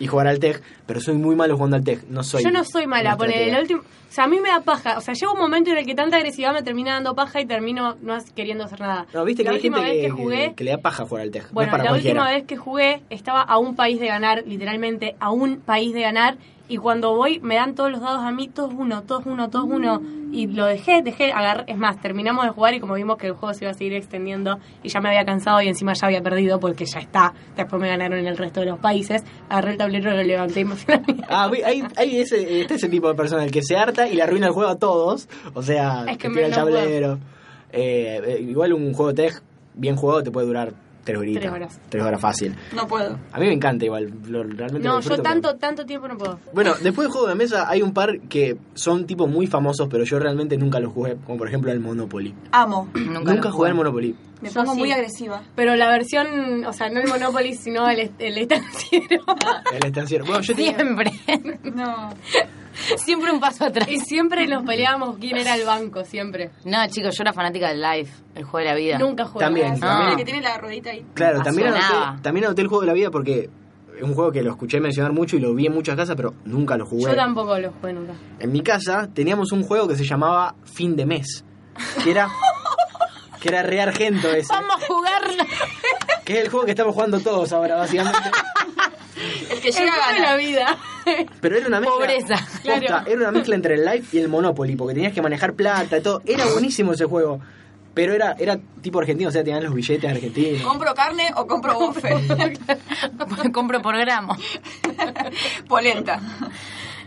B: y jugar al TEG. Pero soy muy malo jugando al TEG. No soy.
A: Yo no soy mala,
B: una
A: porque el
B: estratega.
A: último, o sea, a mí me da paja, o sea, llega un momento en el que tanta agresividad me termina dando paja y termino no has- queriendo hacer nada.
B: No, viste que
A: la
B: hay
A: última
B: gente
A: vez
B: que,
A: que, jugué,
B: que le da paja jugar al TEG. no
A: bueno,
B: es para
A: la
B: cualquiera.
A: última vez que jugué estaba a un país de ganar, literalmente a un país de ganar. Y cuando voy, me dan todos los dados a mí, todos uno, todos uno, todos uno. Y lo dejé, dejé, agarré. Es más, terminamos de jugar y como vimos que el juego se iba a seguir extendiendo y ya me había cansado y encima ya había perdido porque ya está. Después me ganaron en el resto de los países. Agarré el tablero, lo levanté y me fui a la mierda.
B: Ah, vi- hay, hay ese, está ese tipo de persona, el que se harta y le arruina el juego a todos. O sea,
A: Es que
B: te tira
A: me-
B: el
A: no
B: tablero. Eh, eh, igual un juego tech bien jugado te puede durar tres horitas.
A: Tres horas.
B: Tres horas fácil.
C: No puedo.
B: A mí me encanta igual, lo- realmente lo
A: No,
B: disfruto,
A: yo tanto, tanto tiempo no puedo.
B: pero- Bueno, después del juego de mesa hay un par que son tipo muy famosos, pero yo realmente nunca los jugué, como por ejemplo el Monopoly.
C: Amo.
B: Nunca,
D: Nunca, lo
B: jugué al
D: jugué.
B: Monopoly.
C: Me
A: Yo
C: pongo
A: sí.
C: muy agresiva.
A: Pero la versión, o sea, no el Monopoly, sino el, est- el estanciero.
B: El estanciero. Bueno, yo tenía-
D: Siempre.
C: No.
D: Siempre un paso atrás.
A: Y siempre nos peleábamos quién era el banco, siempre.
D: No, chicos, yo era fanática del live, el juego de la vida.
A: Nunca jugué.
B: También.
C: Ah.
D: Ah.
C: El que tiene la ruedita ahí.
B: Claro, también anoté,
D: Apasionaba.
B: también anoté el juego de la vida porque es un juego que lo escuché mencionar mucho y lo vi en muchas casas, pero nunca lo jugué.
A: Yo tampoco lo jugué nunca.
B: En mi casa teníamos un juego que se llamaba Fin de Mes, que era que era re argento ese,
D: Vamos a jugar.
B: que es el juego que estamos jugando todos ahora básicamente.
C: El que
A: El
C: llega
A: juego de
C: gana.
A: la vida.
B: Pero era una mezcla
D: Pobreza,
B: posta,
A: claro.
B: era una mezcla entre el Life y el Monopoly, porque tenías que manejar plata y todo. Era buenísimo ese juego, pero era era tipo argentino, o sea, tenían los billetes argentinos.
C: ¿Compro carne o compro buffet?
D: Compro por gramo.
C: Polenta.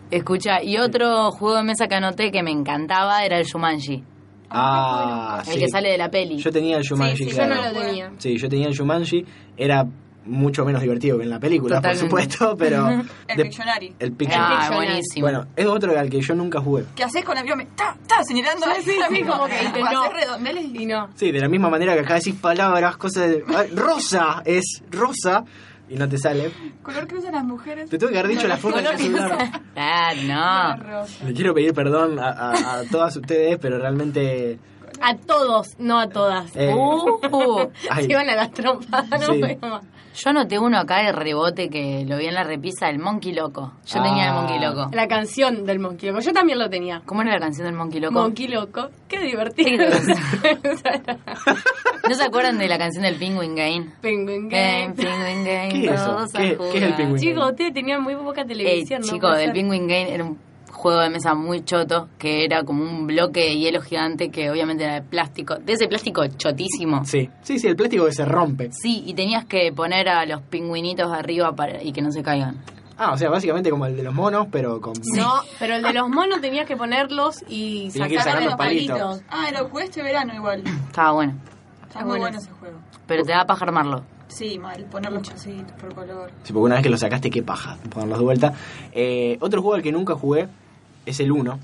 D: Escucha, y otro juego de mesa que anoté que me encantaba era el Shumanji,
B: Ah,
D: el
B: sí.
D: que sale de la peli.
B: Yo tenía el Shumanji,
C: Sí, sí,
A: Yo
B: claro.
A: no lo tenía.
B: Sí, yo tenía el Shumanji. Era mucho menos divertido que en la película,
D: Totalmente.
B: por supuesto, pero...
C: El
B: de-
C: Pictionary.
B: El Pictionary.
D: Ah,
A: Pictionary.
D: buenísimo.
B: Bueno, es otro al que yo nunca jugué.
C: ¿Qué haces con el biome? ¡Ta! ¡Ta! Señalando
A: Sí, sí, sí, como que intentó.
C: Hacer redondeles y
A: Y no.
B: Sí, de la misma manera que acá decís palabras, cosas... de- ah, rosa es rosa y no te sale.
C: color que usan las mujeres.
B: Te tuve que haber dicho la forma de celular.
D: Ah, no.
C: La rosa.
B: Le quiero pedir perdón a, a- a todas ustedes, pero realmente...
A: A todos, no a todas.
B: Eh,
D: Uh,
B: ay,
A: Se iban a las trompadas, no
B: Sí.
A: puedo más.
D: yo anoté uno acá de rebote que lo vi en la repisa, el Monkey Loco. Yo tenía el
B: Ah.
D: Monkey Loco.
A: La canción del Monkey Loco. Yo también lo tenía.
D: ¿Cómo era la canción del Monkey Loco?
A: Monkey Loco. Qué divertido.
D: ¿No se acuerdan de la canción del Penguin Game?
A: Penguin Game.
D: Game, Penguin Game,
B: ¿Qué es eso?
D: todos a
B: ¿Qué- qué es el
D: jugar.
B: Penguin?
A: Chicos, ustedes tenían muy poca
D: Ey,
B: Eh,
A: televisión, ¿no?
D: chico,
A: Puede
D: del
A: ser.
D: Penguin Game era un juego de mesa muy choto que era como un bloque de hielo gigante que obviamente era de plástico, de ese plástico chotísimo.
B: Sí, sí, sí, el plástico que se rompe.
D: Sí, y tenías que poner a los pingüinitos arriba para, y que no se caigan.
B: Ah, o sea, básicamente como el de los monos, pero con...
A: No, pero el de los monos tenías que ponerlos y
B: Tenías
A: sacarle
B: que ir sacando
A: los
B: palitos.
A: palitos.
C: Ah, lo jugué este verano igual.
D: Estaba bueno,
C: Está
A: Ah,
C: muy
A: bueno.
C: bueno ese juego.
D: pero te da paja armarlo.
C: Sí, mal, poner los chocitos por color.
B: Sí, porque una vez que lo sacaste, qué paja ponerlos de vuelta. Eh, otro juego al que nunca jugué es el 1.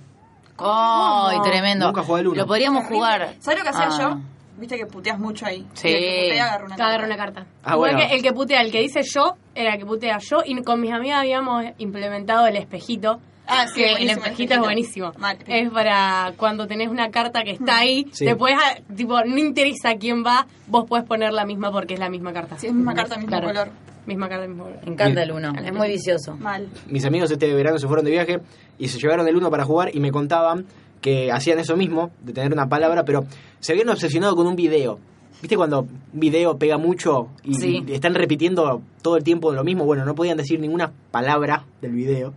D: ¡Ay, tremendo!
B: Nunca jugué al uno.
D: Lo podríamos jugar.
C: ¿Sabes lo que hacía
D: Ah.
C: yo? Viste que puteas mucho ahí.
D: Sí.
C: Y el que putea agarra una
A: Te agarra una carta.
B: Ah,
A: Igual
B: bueno.
A: que el que putea, el que dice yo, era el que putea yo. Y con mis amigas habíamos implementado el espejito.
C: Ah, sí,
A: que el
C: buenísimo,
A: espejito es
C: espejito.
A: buenísimo.
C: Mal, espejito.
A: Es para cuando tenés una carta que está ahí,
B: Mm. Sí.
A: te puedes, a- tipo, no interesa quién va, vos podés poner la misma porque es la misma carta.
C: Sí, es misma carta, mismo
D: Claro.
C: color.
A: Misma carta, mismo color.
D: Me encanta el uno, es muy vicioso.
C: Mal.
B: Mis amigos este verano se fueron de viaje y se llevaron el 1 para jugar y me contaban que hacían eso mismo, de tener una palabra, pero se habían obsesionado con un video. ¿Viste cuando un video pega mucho y
D: Sí.
B: y están repitiendo todo el tiempo lo mismo? Bueno, no podían decir ninguna palabra del video,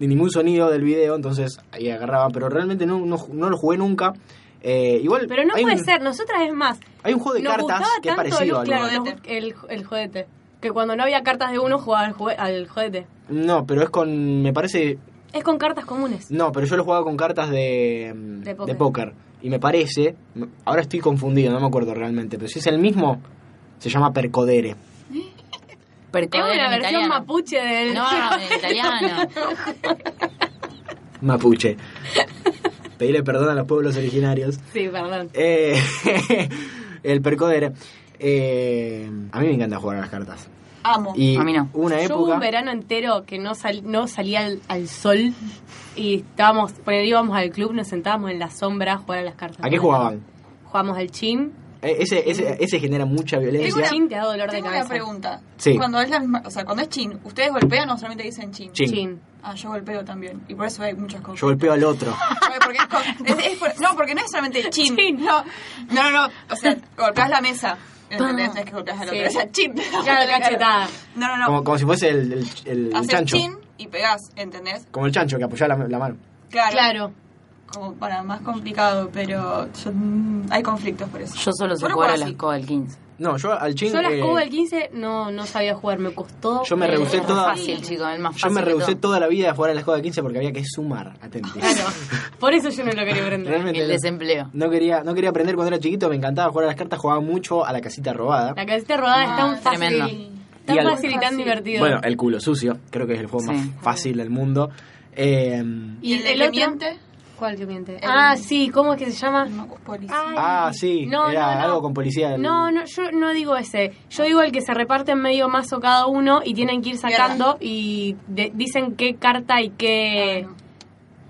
B: ni ningún sonido del video, entonces ahí agarraban, pero realmente no, no, no lo jugué nunca. Eh, igual
A: Pero no
B: hay
A: puede
B: un-
A: ser, nosotras es más.
B: Hay un juego de
A: nos
B: cartas
A: gustaba
B: que es
A: tanto el,
B: parecido al
A: claro,
B: uno.
A: nos gu- el, el jodete. Que cuando no había cartas de uno jugaba al, jue- al jodete.
B: No, pero es con. Me parece.
A: Es con cartas comunes.
B: No, pero yo lo jugaba con cartas de. mm,
A: De póker.
B: Y me parece. Ahora estoy confundido, no me acuerdo realmente. Pero si es el mismo, se llama Percodere.
A: Es
D: Percodero
A: una
D: en
A: versión
D: italiano.
A: mapuche del...
D: No, en italiano.
B: Mapuche. Pedirle perdón a los pueblos originarios.
A: Sí, perdón.
B: Eh, el Percodere. Eh, a mí me encanta jugar a las cartas.
C: Amo.
B: Y
D: A mí no.
B: hubo una
A: Yo hubo
B: época.
A: un verano entero que no, sal- no salía al, al sol y estábamos, por ahí íbamos al club, nos sentábamos en la sombra a jugar a las cartas.
B: ¿A qué jugaban?
A: Jugamos al chin.
B: Eh, Ese, ese, ese genera mucha
A: El
B: violencia.
A: chin te da dolor de
C: Tengo
A: cabeza.
C: una pregunta.
B: Sí.
C: Cuando es la misma, o sea, cuando es chin, ¿ustedes golpean o solamente dicen chin?
B: Chin.
A: Chin.
C: Ah, yo golpeo también. Y por eso hay muchas cosas.
B: Yo golpeo al otro.
C: Porque es con- es- es por- no, porque no es solamente chin.
A: Chin.
C: No, no, no, no. O sea, golpeas la mesa. ¿Entendés? No es que golpeas al
A: Sí.
C: otro. O sea, chin.
A: Claro, cachetada.
C: No, no, no.
B: Como, como si fuese el, el, el
C: Haces
B: chancho.
C: chin y pegás, ¿entendés?
B: Como el chancho que apoyaba la, la mano.
C: Claro.
A: Claro.
C: Como para más complicado, pero yo- mm, hay conflictos por eso.
D: Yo solo sé
C: Solo
D: jugar a
C: juego
D: la
C: así.
D: escoba del 15.
B: No, yo al chin.
A: Yo la
B: eh,
A: escoba del 15 no, no sabía jugar, me costó.
B: Yo me rehusé
D: Es
B: toda-
D: fácil, chico, el más
B: yo
D: fácil.
B: me
D: de
B: rehusé
D: todo.
B: toda la vida a jugar a la escoba de 15 porque había que sumar. Atentis.
A: Claro. Por eso yo Ah, no lo quería aprender.
B: Realmente.
D: El
B: no-
D: desempleo.
B: No quería, no quería aprender cuando era chiquito, me encantaba jugar a las cartas, jugaba mucho a la casita robada.
A: La casita rodada es tan fácil.
D: tremendo.
B: Y
A: Tan
B: al-
A: fácil y tan
C: Ah, Fácil.
A: divertido.
B: Bueno, el culo sucio, creo que es el juego
D: Sí.
B: más fácil del mundo. Eh,
C: ¿Y el, que
A: otro?
C: miente?
A: ¿Cuál que miente?
C: El-
A: Ah, sí, ¿cómo es que se llama?
C: No, policía.
A: Ay,
B: ah, sí,
A: no, no,
B: era
A: no.
B: algo con policía. del-
A: No, no, yo no digo ese. Yo digo el que se reparte en medio mazo cada uno y tienen que ir sacando y de- dicen qué carta y qué,
C: Ah, no.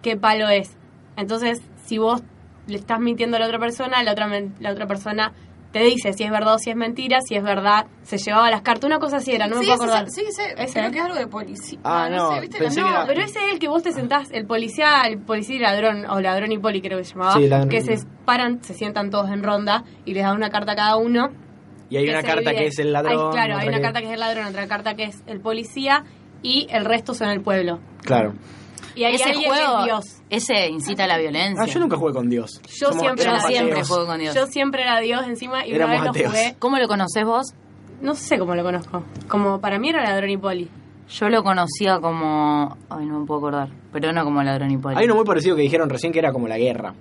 A: qué palo es. Entonces, si vos le estás mintiendo a la otra persona, la otra, men- la otra persona te dice si es verdad o si es mentira. Si es verdad, se llevaba las cartas. Una cosa así era, no me
C: sí,
A: puedo acordar.
C: Sí, sí, sí,
A: ¿Ese?
C: creo que es algo de policía.
B: Ah, no,
C: sé, ¿viste?
B: pensé
C: La-
B: que
A: No,
B: era-
A: pero ese es el que vos te sentás, el policía, el policía y ladrón, o ladrón y poli creo que se llamaba,
B: Sí, ladrón.
A: que se paran, se sientan todos en ronda y les da una carta a cada uno.
B: Y hay
A: que
B: una
A: se
B: carta
A: divide.
B: que es el ladrón.
A: Hay- claro, hay
B: otra
A: una carta que es el ladrón, otra carta que es el policía y el resto son el pueblo.
B: Claro.
A: Y ahí
D: ese
A: alguien
D: juego,
A: es Dios.
D: ese incita a la violencia.
B: Ah, yo nunca jugué con Dios.
A: Yo siempre-
B: éramos
A: yo siempre
B: ateos.
D: juego con Dios.
A: Yo siempre era Dios encima y
B: Éramos
A: una vez
B: ateos.
A: lo jugué.
D: ¿Cómo lo conoces vos?
A: No sé cómo lo conozco. Como para mí era ladrón y poli.
D: Yo lo conocía como. Ay, no me puedo acordar. Pero no como ladrón y poli.
B: Hay uno muy parecido que dijeron recién que era como la guerra.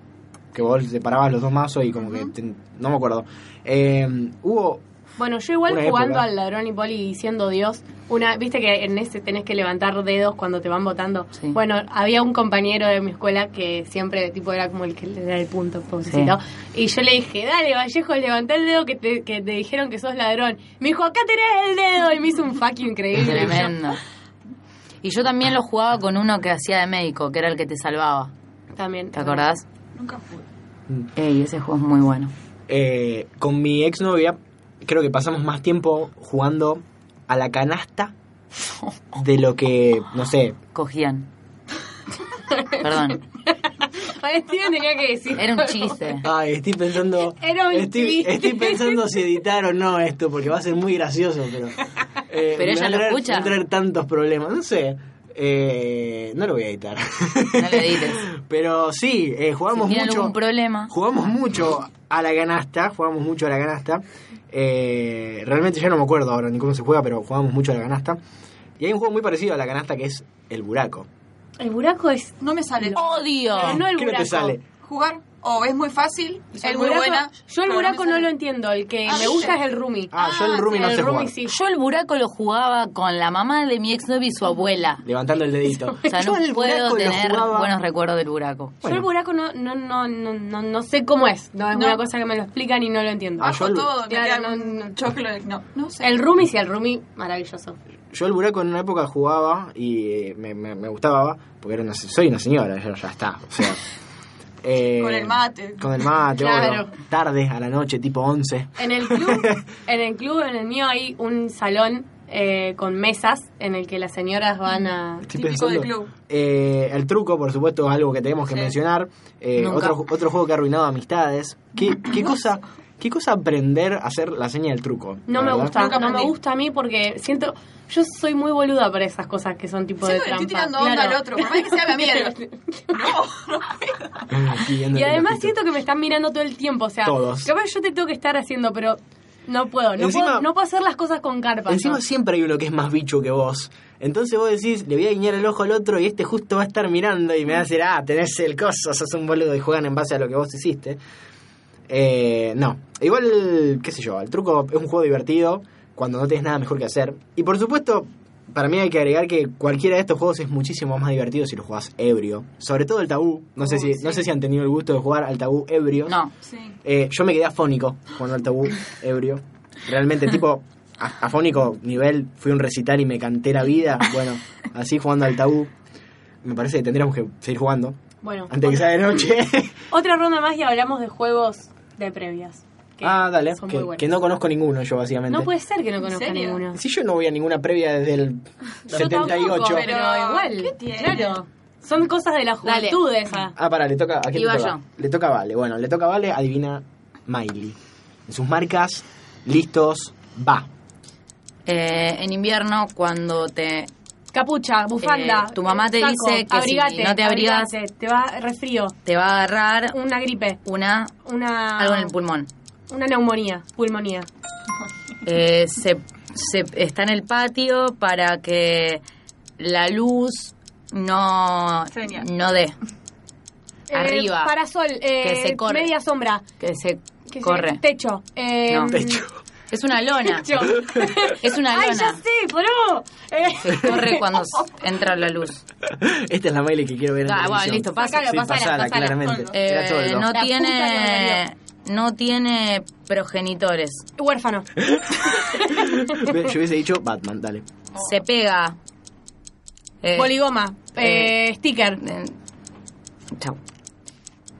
B: Que vos separabas los dos mazos y como que... te- no me acuerdo. Eh, hubo...
A: Bueno, yo igual
B: Una
A: jugando
B: época.
A: al ladrón y poli y siendo Dios, una, viste que en ese tenés que levantar dedos cuando te van votando.
D: Sí.
A: Bueno, había un compañero de mi escuela que siempre tipo era como el que le da el punto, pobrecito. Y yo le dije, dale Vallejo, levantá el dedo que te, que te dijeron que sos ladrón. Me dijo, acá tenés el dedo. Y me hizo un fucking increíble.
D: Tremendo. Y yo también lo jugaba con uno que hacía de médico, que era el que te salvaba.
A: Y yo También.
D: ¿Te acordás?
C: Nunca pude.
D: Ey, ese juego es muy bueno.
B: eh, con mi exnovia creo que pasamos más tiempo jugando a la canasta de lo que, no sé,
D: Cogían. Perdón.
A: Ay, Steven tenía que decir.
D: Era un chiste.
B: Ay, estoy pensando.
A: Era un
B: estoy,
A: chiste.
B: estoy pensando si editar o no esto, porque va a ser muy gracioso, pero. eh,
D: Pero
B: me
D: ella
B: va a
D: lo
B: traer-
D: escucha.
B: me va a traer tantos problemas, no sé. Eh, no lo voy a editar.
D: No lo edites.
B: Pero sí, eh, jugamos
D: Si tienen
B: mucho.
D: algún problema.
B: Jugamos mucho a la canasta, jugamos mucho a la canasta. Eh, realmente ya no me acuerdo ahora ni cómo se juega, pero jugamos mucho a la canasta. Y hay un juego muy parecido a la canasta que es el buraco.
A: El buraco es.
C: No me sale.
D: ¡Odio!
A: Pero no el
B: ¿Qué no
A: buraco.
B: te sale?
C: Jugar o es muy fácil y soy
A: El
C: muy
A: buraco-
C: buena.
A: yo el
C: pero
A: buraco
C: me
A: no
C: sale.
A: lo entiendo. El que
C: Ah,
A: me gusta
C: sí.
A: es el rumi.
B: Ah, yo el Rumi no
A: el
B: sé
A: Rumi
B: jugar.
A: sí.
D: Yo el buraco lo jugaba con la mamá de mi exnovia y su abuela.
B: Levantando el dedito.
D: O sea,
B: Yo
D: no
B: el
D: puedo
B: buraco lo
D: tener
B: jugaba-
D: buenos recuerdos del buraco.
A: Yo el buraco no, no, no, no, no, no sé cómo es. No, es
C: No.
A: una cosa que me lo explican y no lo entiendo.
B: Ah,
C: Bajo
B: yo-
C: todo, me
A: Claro,
C: queda
A: no,
C: un
A: no.
C: choclo de- no, no sé.
A: El rumi sí, el rumi maravilloso.
B: Yo el buraco en una época jugaba y eh, me, me- me gustaba, porque era una, se- soy una señora, yo ya está. O sea, eh,
C: Con el mate.
B: Con el mate,
A: Claro.
B: obvio. Tarde, a la noche, tipo 11.
A: En el club, en el club, en el mío hay un salón eh, con mesas en el que las señoras van a.
B: Estoy
C: Típico
B: pensando,
C: del club.
B: eh, el truco, por supuesto, es algo que tenemos que
C: Sí.
B: mencionar. Eh,
D: Nunca.
B: otro, ju- otro juego que ha arruinado amistades. ¿Qué, qué cosa, ¿Qué cosa aprender a hacer la seña del truco?
A: No
B: la
A: me
B: verdad?
A: gusta,
C: Nunca
A: no me
C: aprendí.
A: gusta a mí porque siento. Yo soy muy boluda para esas cosas que son tipo de
C: Siento que le
A: trampa.
C: estoy tirando onda
A: Claro.
C: al otro, por más que sea mi amiga. No, no.
B: Aquí viendo
A: Y
B: el
A: además
B: ojito.
A: siento que me están mirando todo el tiempo, o sea,
B: Todos.
A: capaz yo te tengo que estar haciendo, pero no puedo, no,
B: Encima-
A: puedo, no puedo hacer las cosas con carpa.
B: Encima
A: ¿no?
B: siempre hay uno que es más bicho que vos. Entonces vos decís, le voy a guiñar el ojo al otro y este justo va a estar mirando y me va a decir, ah, tenés el coso, sos un boludo y juegan en base a lo que vos hiciste. Eh, no, igual, qué sé yo, el truco es un juego divertido cuando no tenés nada mejor que hacer. Y por supuesto, para mí hay que agregar que cualquiera de estos juegos es muchísimo más divertido si lo jugás ebrio. Sobre todo el tabú. No sé,
C: Uy,
B: si, no
C: sí.
B: sé si han tenido el gusto de jugar al tabú ebrio.
D: No.
C: Sí.
B: Eh, yo me quedé afónico cuando el tabú ebrio. Realmente, tipo, a- afónico nivel, fui a un recital y me canté la vida. Bueno, así jugando al tabú. Me parece que tendríamos que seguir jugando
A: Bueno,
B: antes que sea de noche.
A: otra ronda más y hablamos de juegos de previas. que
B: ah, dale,
A: son muy
B: que,
A: buenos.
B: que no conozco ninguno yo, básicamente.
A: No puede ser que no conozca
C: serio?
A: ninguno.
B: Si yo no voy a ninguna previa desde el
A: Yo
B: 78.
A: tampoco, pero
C: Pero,
A: igual,
C: ¿qué tiene?
A: claro. Son cosas de la
D: Dale.
A: juventud esa.
B: Ah, pará, le toca. ¿A quién
D: Iba
B: le toca?
D: yo.
B: Le toca a Vale. Bueno, le toca a Vale, adivina Miley. En sus marcas, listos,
A: Mm.
B: va.
D: Eh, en invierno, cuando te
A: Capucha, bufanda.
D: Eh, tu mamá te
A: saco,
D: dice que si
A: abrigate,
D: no te abrigás-
A: abrigate, te va resfrío,
D: te va a agarrar
A: una gripe,
D: una
A: una
D: algo en el pulmón.
A: una neumonía, pulmonía.
D: Eh, se, se está en el patio para que la luz no
C: Señal.
D: no dé
A: Eh,
D: Arriba.
A: parasol, eh,
D: Que se corre.
A: media sombra.
D: que se
A: que se-
D: corre.
A: techo. eh,
D: No.
B: Techo.
D: Es una lona.
A: techo.
D: Es una
A: Ay, ya
D: lona.
A: sé, boludo. Eh,
D: Corre cuando s- entra la luz.
B: Esta es la Miley que quiero ver en
D: Ah, bueno,
B: televisión.
D: listo, pasa.
A: Sácalo,
B: Sí,
A: pasala,
B: pasala,
A: pasala.
B: claramente.
D: Eh,
B: Era todo.
D: no
A: La puta
D: tiene
A: que
D: no tiene progenitores.
A: Huérfano.
B: Yo hubiese dicho Batman, dale.
D: Se pega. Eh,
A: Boligoma. eh, sticker.
D: eh, Chau.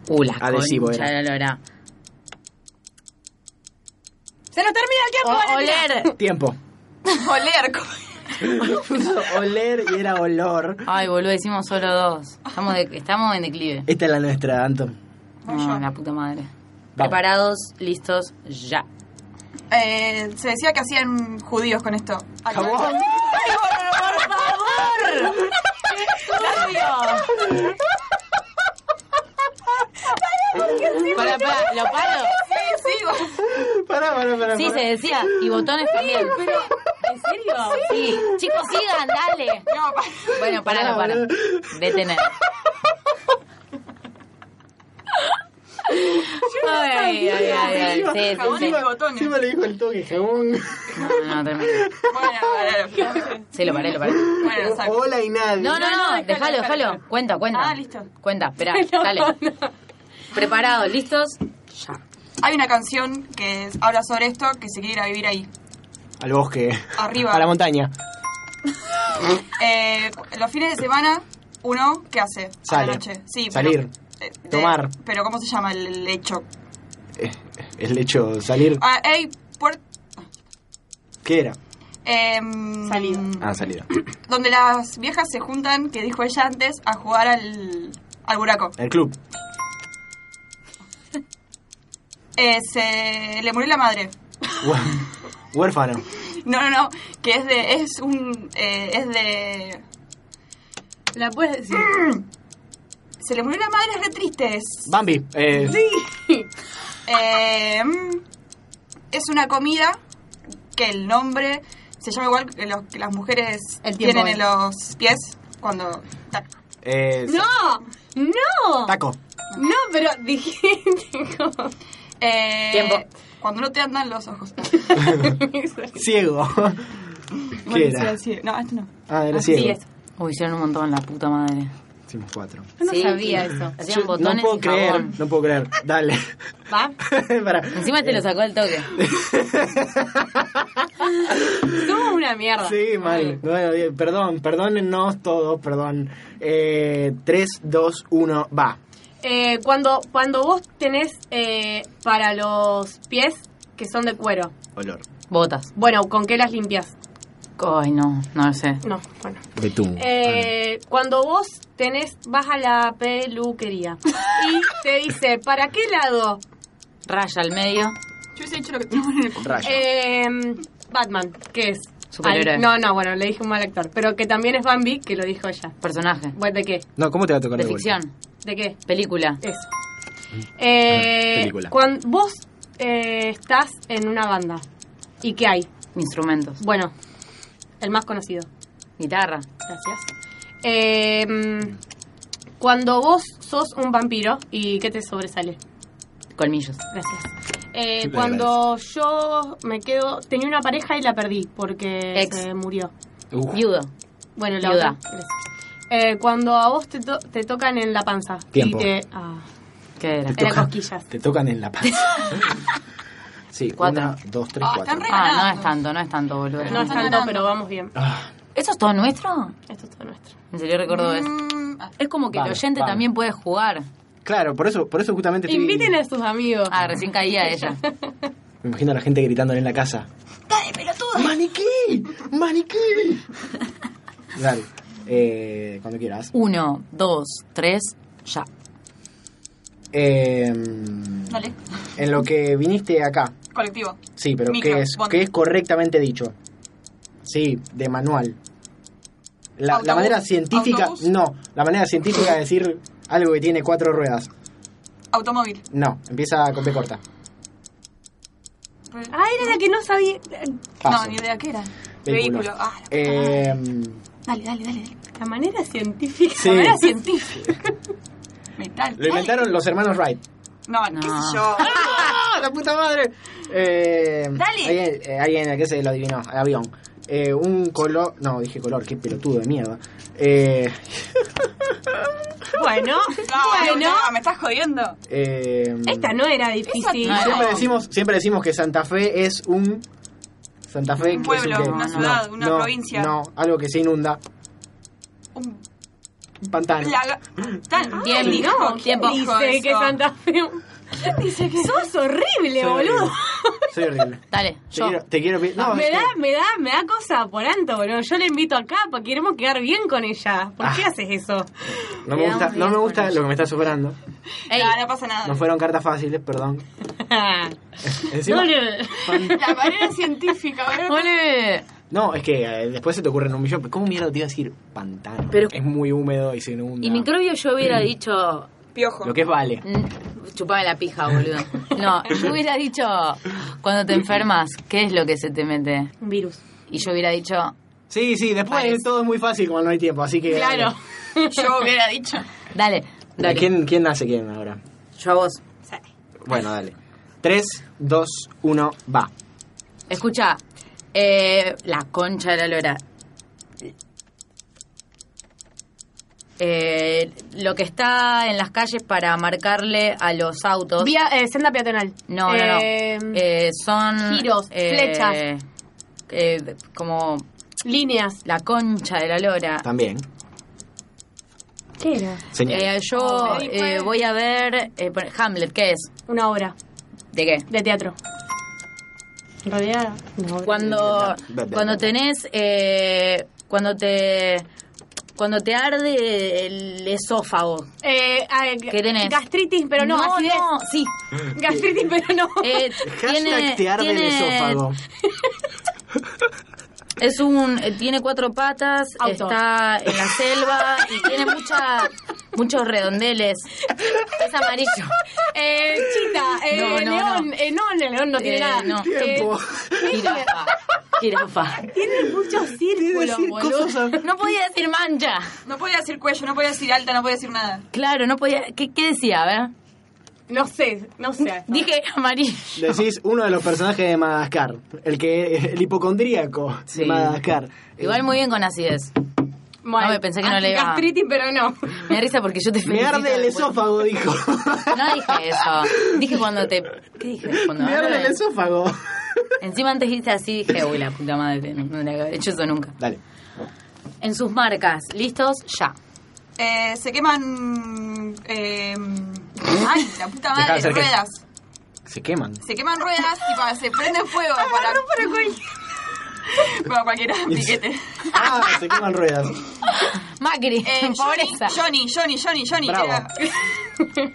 D: Uh, la
B: Adhesivo
D: concha
B: era.
D: de la lora.
C: Se nos termina el tiempo.
D: O-
C: Valentina.
D: oler.
B: Tiempo.
A: Oh.
C: Oler. co-
B: Puso oler y era olor.
D: Ay, boludo, hicimos solo dos. Estamos, de- estamos en declive.
B: Esta es la nuestra, Anton.
D: No, la puta madre.
B: Vamos.
D: Preparados, listos, ya.
C: Eh, se decía que hacían judíos con esto. Acá.
B: Jabón.
C: Ay, por favor.
D: Para, para, ¿lo paro?
C: Sí, sí.
B: Pará, pará, pará.
D: Sí,
B: pará.
D: se decía. Y botones también.
A: Pero, ¿En serio?
D: Sí, chicos, sigan, dale.
C: No, pa-
D: Bueno, pará, no, pará. Detener. Ay, ay, ay, ay. Sí,
C: Jabón
D: sí,
C: y
D: sí.
C: bigotones.
B: Siempre le dijo el toque, jabón.
D: No, no, tremendo.
C: Bueno, bueno,
D: Sí, lo paré, lo paré.
C: bueno, saco.
B: Hola y nadie.
D: No, no, no, déjalo, déjalo. Cuenta, cuenta.
C: Ah, listo.
D: Cuenta, esperá,
A: No,
D: dale.
A: no.
D: Preparados, listos.
C: Hay una canción que es- habla sobre esto, que se quiere ir a vivir ahí.
B: Al bosque.
C: Arriba.
B: A la montaña.
C: Eh, los fines de semana, uno, ¿qué hace? A
B: Sale.
C: la noche. Sí, pero-
B: Salir.
C: eh, de-
B: Tomar.
C: pero, ¿cómo se llama el hecho?
B: Eh, El hecho de salir.
C: Ah, ey, por...
B: ¿Qué era?
C: em,
A: Salida.
B: Ah, salida.
C: Donde las viejas se juntan, que dijo ella antes, a jugar al, al buraco.
B: El club.
C: Eh, se le murió la madre.
B: Hue- Huérfano.
C: No, no, no, que es de... Es un... eh, es de...
A: La puedes decir.
C: Se le murió la madre, es re triste. es-
B: Bambi. Eh,
C: Eh, mm, es una comida que el nombre se llama igual que, los, que las mujeres
A: El tiempo
C: tienen
A: es.
C: en los pies cuando... tac.
B: eh,
A: ¡No! ¡No!
B: Taco.
A: No, pero dijiste como...
C: Eh,
D: Tiempo.
C: Cuando no te andan los ojos.
B: Ciego. ¿Qué
C: Bueno,
B: era?
C: sí, sí. No, esto no.
B: Ah, era
A: Así
B: ciego.
A: es.
D: Uy, hicieron un montón, la puta madre.
B: Hicimos cuatro.
A: Yo no
D: Sí,
A: sabía
D: sí.
A: eso.
D: Hacían
B: Yo
D: botones
B: no puedo
D: y
B: creer,
D: jabón.
B: no puedo creer. Dale.
A: ¿Va?
B: Pará.
D: Encima te lo sacó al toque.
A: Somos una mierda.
B: Sí, mal. Bueno, bien, perdón, perdónennos todos, perdón. Eh, 3, 2, 1, va.
A: Eh, cuando, cuando vos tenés eh, para los pies que son de cuero,
B: Olor.
D: Botas.
A: bueno, ¿con qué las limpias?
D: Ay, no, no lo sé.
A: No, bueno.
B: Betún.
A: Eh, cuando vos tenés, vas a la peluquería y te dice, ¿para qué lado?
D: Raya al medio.
C: Yo hubiese dicho lo que tengo en el
B: Rayo.
A: Eh, Batman, ¿qué es?
D: Superhéroe.
A: Ay, No, no, bueno, le dije un mal actor, pero que también es Bambi, que lo dijo ella.
D: Personaje.
A: Bueno, ¿De qué?
B: no, ¿cómo te va a tocar
D: De
B: vuelta?
D: ficción.
A: ¿De qué?
D: Película.
A: Eso. Eh,
B: Película.
A: cuan- vos eh, estás en una banda. ¿Y qué hay?
D: Instrumentos.
A: Bueno, el más conocido.
D: Guitarra.
A: Gracias. Eh, mm, cuando vos sos un vampiro, ¿y qué te sobresale?
D: Colmillos.
A: Gracias. Eh,
B: Siempre
A: cuando yo me quedo... Tenía una pareja y la perdí porque
D: Ex.
A: se murió.
B: Uf.
D: Viudo.
A: Bueno, la
D: Viuda.
A: otra. Gracias. Eh, cuando a vos te, to- te tocan en la panza.
B: Tiempo.
A: Y te, ah,
D: ¿Qué era?
B: Te
A: era
B: tocan-
A: cosquillas.
B: Te tocan en la panza. sí,
D: Cuatro.
B: 1, 2, 3,
C: Ah,
B: 4.
C: están re-
D: Ah, no es tanto, no es tanto, boludo.
A: No es tanto, pero vamos bien.
B: Ah,
D: ¿Eso es todo nuestro?
A: Esto es todo nuestro.
D: En serio recuerdo eso.
C: Mm, ah,
D: Es como que
B: Vale,
D: el oyente
B: vale.
D: también puede jugar.
B: Claro, por eso, por eso justamente estoy...
A: Inviten a sus amigos.
D: Ah, recién caía ella.
B: Me imagino a la gente gritándole en la casa.
C: ¡Dale, pelotudo!
B: ¡Maniquí! ¡Maniquí! Dale. Eh, cuando quieras.
D: Uno, dos, tres, ya.
B: Eh,
C: Dale.
B: En lo que viniste acá.
C: Colectivo.
B: Sí, pero
C: Micro,
B: que es,
C: bondi.
B: que es correctamente dicho. Sí, de manual. La, la
C: Autobús.
B: manera científica,
C: Autobús.
B: no, la manera científica de decir algo que tiene cuatro ruedas.
C: Automóvil.
B: No, empieza con P corta.
A: Ah, era la que no sabía.
B: Paso.
C: No, ni idea qué era.
B: Ah, Vehículo.
C: Vehículo. Ah, la puta
B: Eh,
C: Dale, dale, dale. dale.
A: La manera científica.
B: Sí.
A: La manera cien-
C: Científico. Metal.
B: lo inventaron los hermanos Wright.
C: No, no, qué
D: No.
C: sé yo.
B: ¡Ah, la puta madre! Eh,
C: Dale.
B: Alguien, eh, alguien que se lo adivinó, el avión. Eh, un color... No, dije color, qué pelotudo de mierda. Eh,
A: Bueno,
C: No,
A: bueno.
C: no, me estás jodiendo.
B: eh,
A: Esta no era difícil.
C: Esa-
B: Siempre decimos, siempre decimos que Santa Fe es un Santa Fe
C: Un
B: que es
C: pueblo,
B: qué?
C: una
B: No,
C: ciudad, una
B: no,
C: provincia.
B: No, algo que se inunda,
C: Un
B: un pantano.
C: plaga. Tan-
D: Tiempo.
C: Ay, dijo,
D: No,
C: ¿quién
D: tiempo.
A: Dice
C: dijo eso?
A: que Santa Fe. ¿Quién dice que sos horrible,
B: Soy horrible.
A: boludo?
B: Soy horrible.
D: Dale,
B: Te
D: yo.
B: quiero, te quiero pi- no,
A: me
B: es
A: da,
B: que-
A: me da, me da cosa por Anto, boludo. Yo le invito acá porque queremos quedar bien con ella. ¿Por qué
B: Ah.
A: haces eso?
B: no me
D: me da
B: gusta,
D: un
B: no me
D: bien
B: gusta
D: con
B: lo que me está superando.
D: Ey,
C: No, no pasa nada.
B: No fueron cartas fáciles, perdón. Encima-
A: Ole.
C: La manera científica, boludo.
D: ole.
B: no, es que eh, después se te ocurren un millón. pero ¿Cómo mierda te iba a decir pantano?
D: Pero-
B: es muy húmedo y se inunda.
D: Y microbio yo hubiera dicho.
C: Piojo.
B: Lo que es vale.
D: mm, Chupame la pija, boludo. No, yo hubiera dicho. Cuando te enfermas, ¿qué es lo que se te mete?
A: Un virus.
D: y yo hubiera dicho,
B: Sí, sí, después
D: Parece.
B: todo es muy fácil cuando no hay tiempo, así que... dale.
A: Claro.
C: Yo hubiera dicho.
D: dale, dale,
B: ¿Quién, ¿Quién hace quién ahora?
D: yo a vos.
B: Bueno, dale. 3, 2, 1, va.
D: Escucha, eh, la concha de la lora. Eh, lo que está en las calles para marcarle a los autos.
A: Vía, eh, senda peatonal.
D: No, no, no.
A: Eh,
D: Eh, son.
A: giros, flechas.
D: eh, como
A: líneas.
D: la concha de la lora.
B: También.
A: ¿Qué era?
B: Señal.
D: Eh, yo
A: Oh,
C: Ok,
D: eh,
C: pues.
D: voy a ver. eh, pon- Hamlet, ¿qué es?
A: Una obra
D: ¿De qué?
A: de teatro. En realidad, no.
D: cuando cuando tenés eh, cuando te cuando te arde el esófago
A: Eh, ah, eh,
D: ¿Qué tenés?
A: Gastritis, pero no, acidez.
D: no sí
A: Gastritis, pero no.
D: Eh, tiene,
B: Hashtag te arde el
D: tiene- eh,
B: esófago.
D: es un eh, tiene cuatro patas
A: Auto.
D: está en la selva y tiene mucha muchos redondeles es amarillo
A: Eh, chita, eh,
D: No, no,
A: león.
D: no.
A: Eh, no, el león no tiene
D: Eh,
A: nada.
D: no.
B: Tiempo.
A: Eh,
D: jirafa jirafa
A: tiene muchos círculos,
B: decir
A: boludo.
B: cosas a-
D: no podía decir mancha
C: No podía decir cuello, no podía decir alta, no podía decir nada.
D: claro no podía qué, qué decía a ver
A: No sé, no sé.
D: dije amarillo
B: Decís uno de los personajes de Madagascar, el que el hipocondríaco
D: Sí.
B: de Madagascar.
D: igual muy bien con acidez
A: Bueno,
D: No, me pensé que no le iba.
A: Gastritis, pero no.
D: Me da risa porque yo te
B: Me
D: felicito
B: arde el
D: después.
B: esófago, dijo.
D: No dije eso. Dije cuando te. ¿Qué dije? Cuando
B: Me arde el
D: de-
B: esófago.
D: Encima antes dijiste así, dije, uy, la puta madre, no tendría que haber hecho eso nunca.
B: Dale.
D: En sus marcas, listos, ya.
C: Eh, se queman. eh, ay, la puta
B: Dejá de
C: madre,
B: hacer que-
C: ruedas.
B: Se queman.
C: Se queman ruedas y pa- se prende fuego para. Ah, para cualquiera. bueno, cualquiera, piquete.
B: Ah, se queman ruedas.
D: Macri,
C: Eh,
D: pobreza.
C: Johnny, Johnny, Johnny, Johnny.
B: Bravo.
C: era-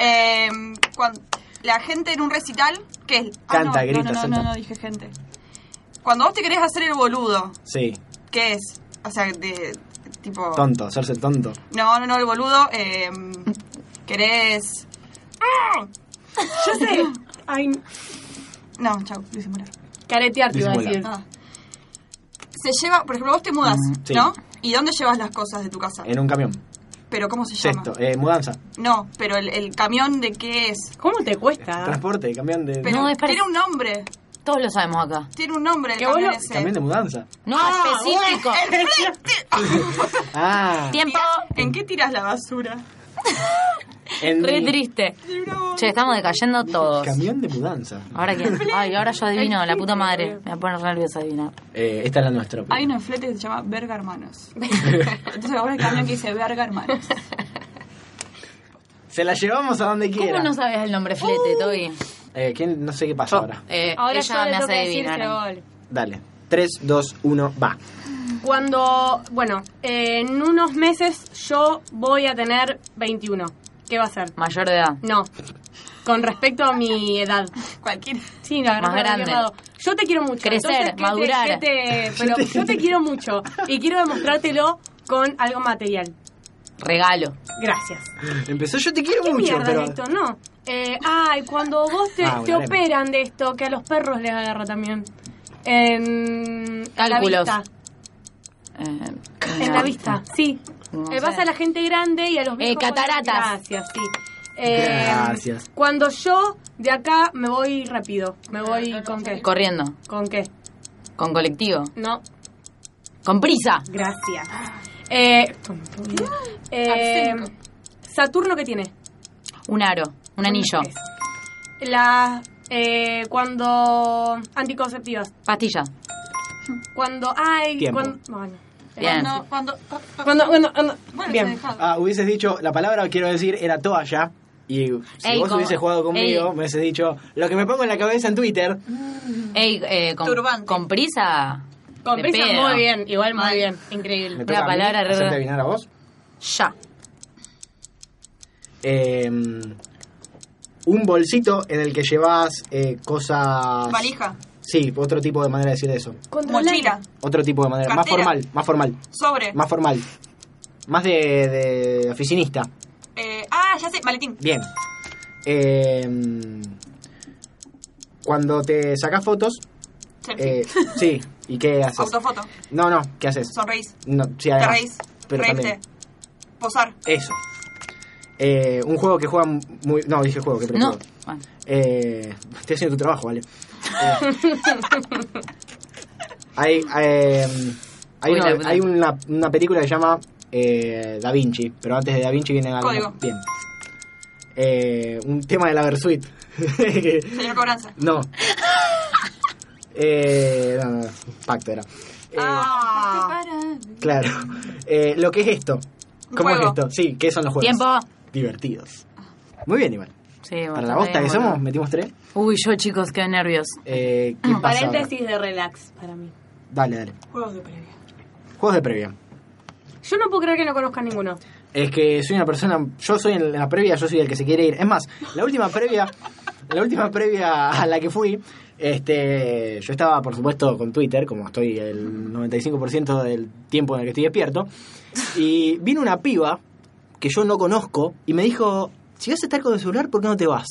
C: Eh, cuan- la gente en un recital, ¿qué es? Ah,
B: Canta,
C: no,
B: grita,
C: no, no, no,
B: salta.
C: no, dije gente. Cuando vos te querés hacer el boludo,
B: Sí,
C: ¿qué es? O sea, de tipo...
B: tonto, hacerse el tonto.
C: No, no, no, el boludo. eh, querés...
A: Yo sé. Ay,
C: No, chau, disimular.
A: caretear te iba a
B: Disimula.
A: decir.
C: Ah. Se lleva, por ejemplo, vos te mudas,
B: Mm, sí.
C: ¿no? ¿Y dónde llevas las cosas de tu casa?
B: En un camión.
C: ¿Pero cómo se llama?
B: Sexto, eh, mudanza.
C: No, pero el, el camión de qué es.
A: ¿Cómo te cuesta?
B: Transporte, camión de.
C: Pero
D: No, es para-
C: tiene un nombre.
D: Todos lo sabemos acá.
C: Tiene un nombre el
A: Que vos
C: camión
A: lo-
C: ese.
B: Camión de mudanza.
D: No, específico.
B: Ah,
D: Tiempo.
C: ¿En qué tiras la basura?
B: en
D: Re
B: mi
D: triste. Che, estamos decayendo todos.
B: Camión de mudanza.
D: ¿Ahora quién? Ay, ahora yo adivino, la puta madre. Me voy a poner nerviosa adivinar.
B: Eh, esta es la nuestra.
C: Hay un flete que se llama Verga Hermanos. Entonces ahora el camión que dice Verga Hermanos.
B: Se la llevamos a donde quiera.
D: ¿Cómo no sabes el nombre flete, Toby?
B: Eh, ¿quién? No sé qué pasa ahora.
D: Eh,
A: Ahora yo le
D: ella me
A: tengo
D: hace
A: que decir
D: adivinar.
A: que gol.
B: Dale. 3, 2, 1, va.
A: Cuando, bueno, eh, en unos meses yo voy a tener 21. ¿Qué va a ser?
D: Mayor de edad.
A: No. Con respecto a mi edad.
C: Cualquiera.
A: Sí, la
D: Más grande.
A: Yo te quiero mucho.
D: Crecer,
A: Entonces, ¿qué te-
D: madurar.
A: qué te- pero yo te quiero mucho y quiero demostrártelo con algo material.
D: Regalo.
A: Gracias.
B: Empezó yo te quiero
A: ¿Qué
B: mucho,
A: mierda
B: pero.
A: es esto? No. Eh, ay, cuando vos te,
B: Ah,
A: te
B: bueno,
A: operan de esto, que a los perros les agarra también. En
D: Cálculos.
A: la vista.
D: Eh,
A: En la vista, sí.
D: No
A: Eh,
D: sé.
A: vas a la gente grande y a los viejos.
D: Eh, cataratas.
A: con- Gracias, sí. Eh,
B: Gracias.
A: Cuando yo de acá me voy rápido, me
D: Ah,
A: voy con qué?
D: Corriendo.
A: ¿Con qué?
D: Con colectivo.
A: No,
D: Con prisa.
A: gracias.
D: Ah.
A: Eh, tonto. Eh, Saturno que tiene.
D: Un aro. Un anillo.
A: La eh, cuando anticonceptivas,
D: Pastilla.
A: cuando ay,
B: Tiempo.
A: cuando bueno. Eh,
D: Bien.
C: Cuando, cuando, pa- pa-
A: Cuando, cuando, cuando-
C: bueno, se
A: bien.
C: dejaba.
B: Ah, hubieses dicho, la palabra quiero decir era toalla. Y si
D: Ey,
B: vos
D: como-
B: hubieses jugado conmigo,
D: ey.
B: me hubieses dicho, lo que me pongo en la cabeza en Twitter.
D: Ey, eh, con,
C: Turbante.
D: con prisa.
A: Con
D: de
A: prisa,
D: pedo.
A: muy bien, igual muy
C: Mal.
A: bien, increíble.
B: Me toca
D: Una
B: a mí,
D: palabra re-
B: hacerte adivinar a vos.
D: Ya.
B: Eh, un bolsito en el que llevas eh, cosas.
C: Valija,
B: Sí, otro tipo de manera de decir eso.
A: Contra el
C: mochila,
A: aire.
B: Otro tipo de manera. Más
C: Cartera.
B: formal, más formal.
C: sobre.
B: Más formal. Más de, de oficinista.
C: eh, ah, ya sé, maletín.
B: Bien. Em, Eh, cuando te sacas fotos,
C: Selfie.
B: Eh, sí, ¿y qué haces?
C: Autofoto.
B: No, no, ¿qué haces?
C: Sonreís.
B: No, sí,
C: Te
B: además,
C: reís.
B: Pero
C: reírte.
B: también.
C: Posar.
B: Eso. Eh, un juego que juegan muy. No, dije juego, que
D: No. Bueno.
B: Eh, estoy haciendo tu trabajo, ¿vale? Eh, hay eh, hay,
D: Uy,
B: una,
D: la-
B: hay una, una película que se llama eh, Da Vinci, pero antes de Da Vinci viene algo
C: Código.
B: bien. Eh, un tema de la Versuit.
C: Señor Cobranza.
B: no. Eh, no, no, pacto era. Eh,
C: Ah.
B: Claro. Eh, lo que es esto.
C: Un
B: ¿Cómo es
C: juego.
B: esto? Sí, ¿qué son los juegos?
D: Tiempo.
B: Divertidos. Muy bien, Iván.
D: Sí,
B: Para
D: bastante
B: la bosta que
D: bien,
B: somos,
D: boludo.
B: metimos tres.
D: Uy, yo chicos, qué nervios.
B: Eh, ¿qué pasa ahora?
A: Paréntesis de relax para mí.
B: Dale, dale.
C: Juegos de previa.
B: Juegos de previa.
A: Yo no puedo creer que no conozcan ninguno.
B: Es que soy una persona, yo soy en la previa, yo soy el que se quiere ir. Es más, la última previa, la última previa a la que fui, este, yo estaba por supuesto con Twitter, como estoy el 95% del tiempo en el que estoy despierto, y vino una piba que yo no conozco y me dijo, si vas a estar con el celular, ¿por qué no te vas?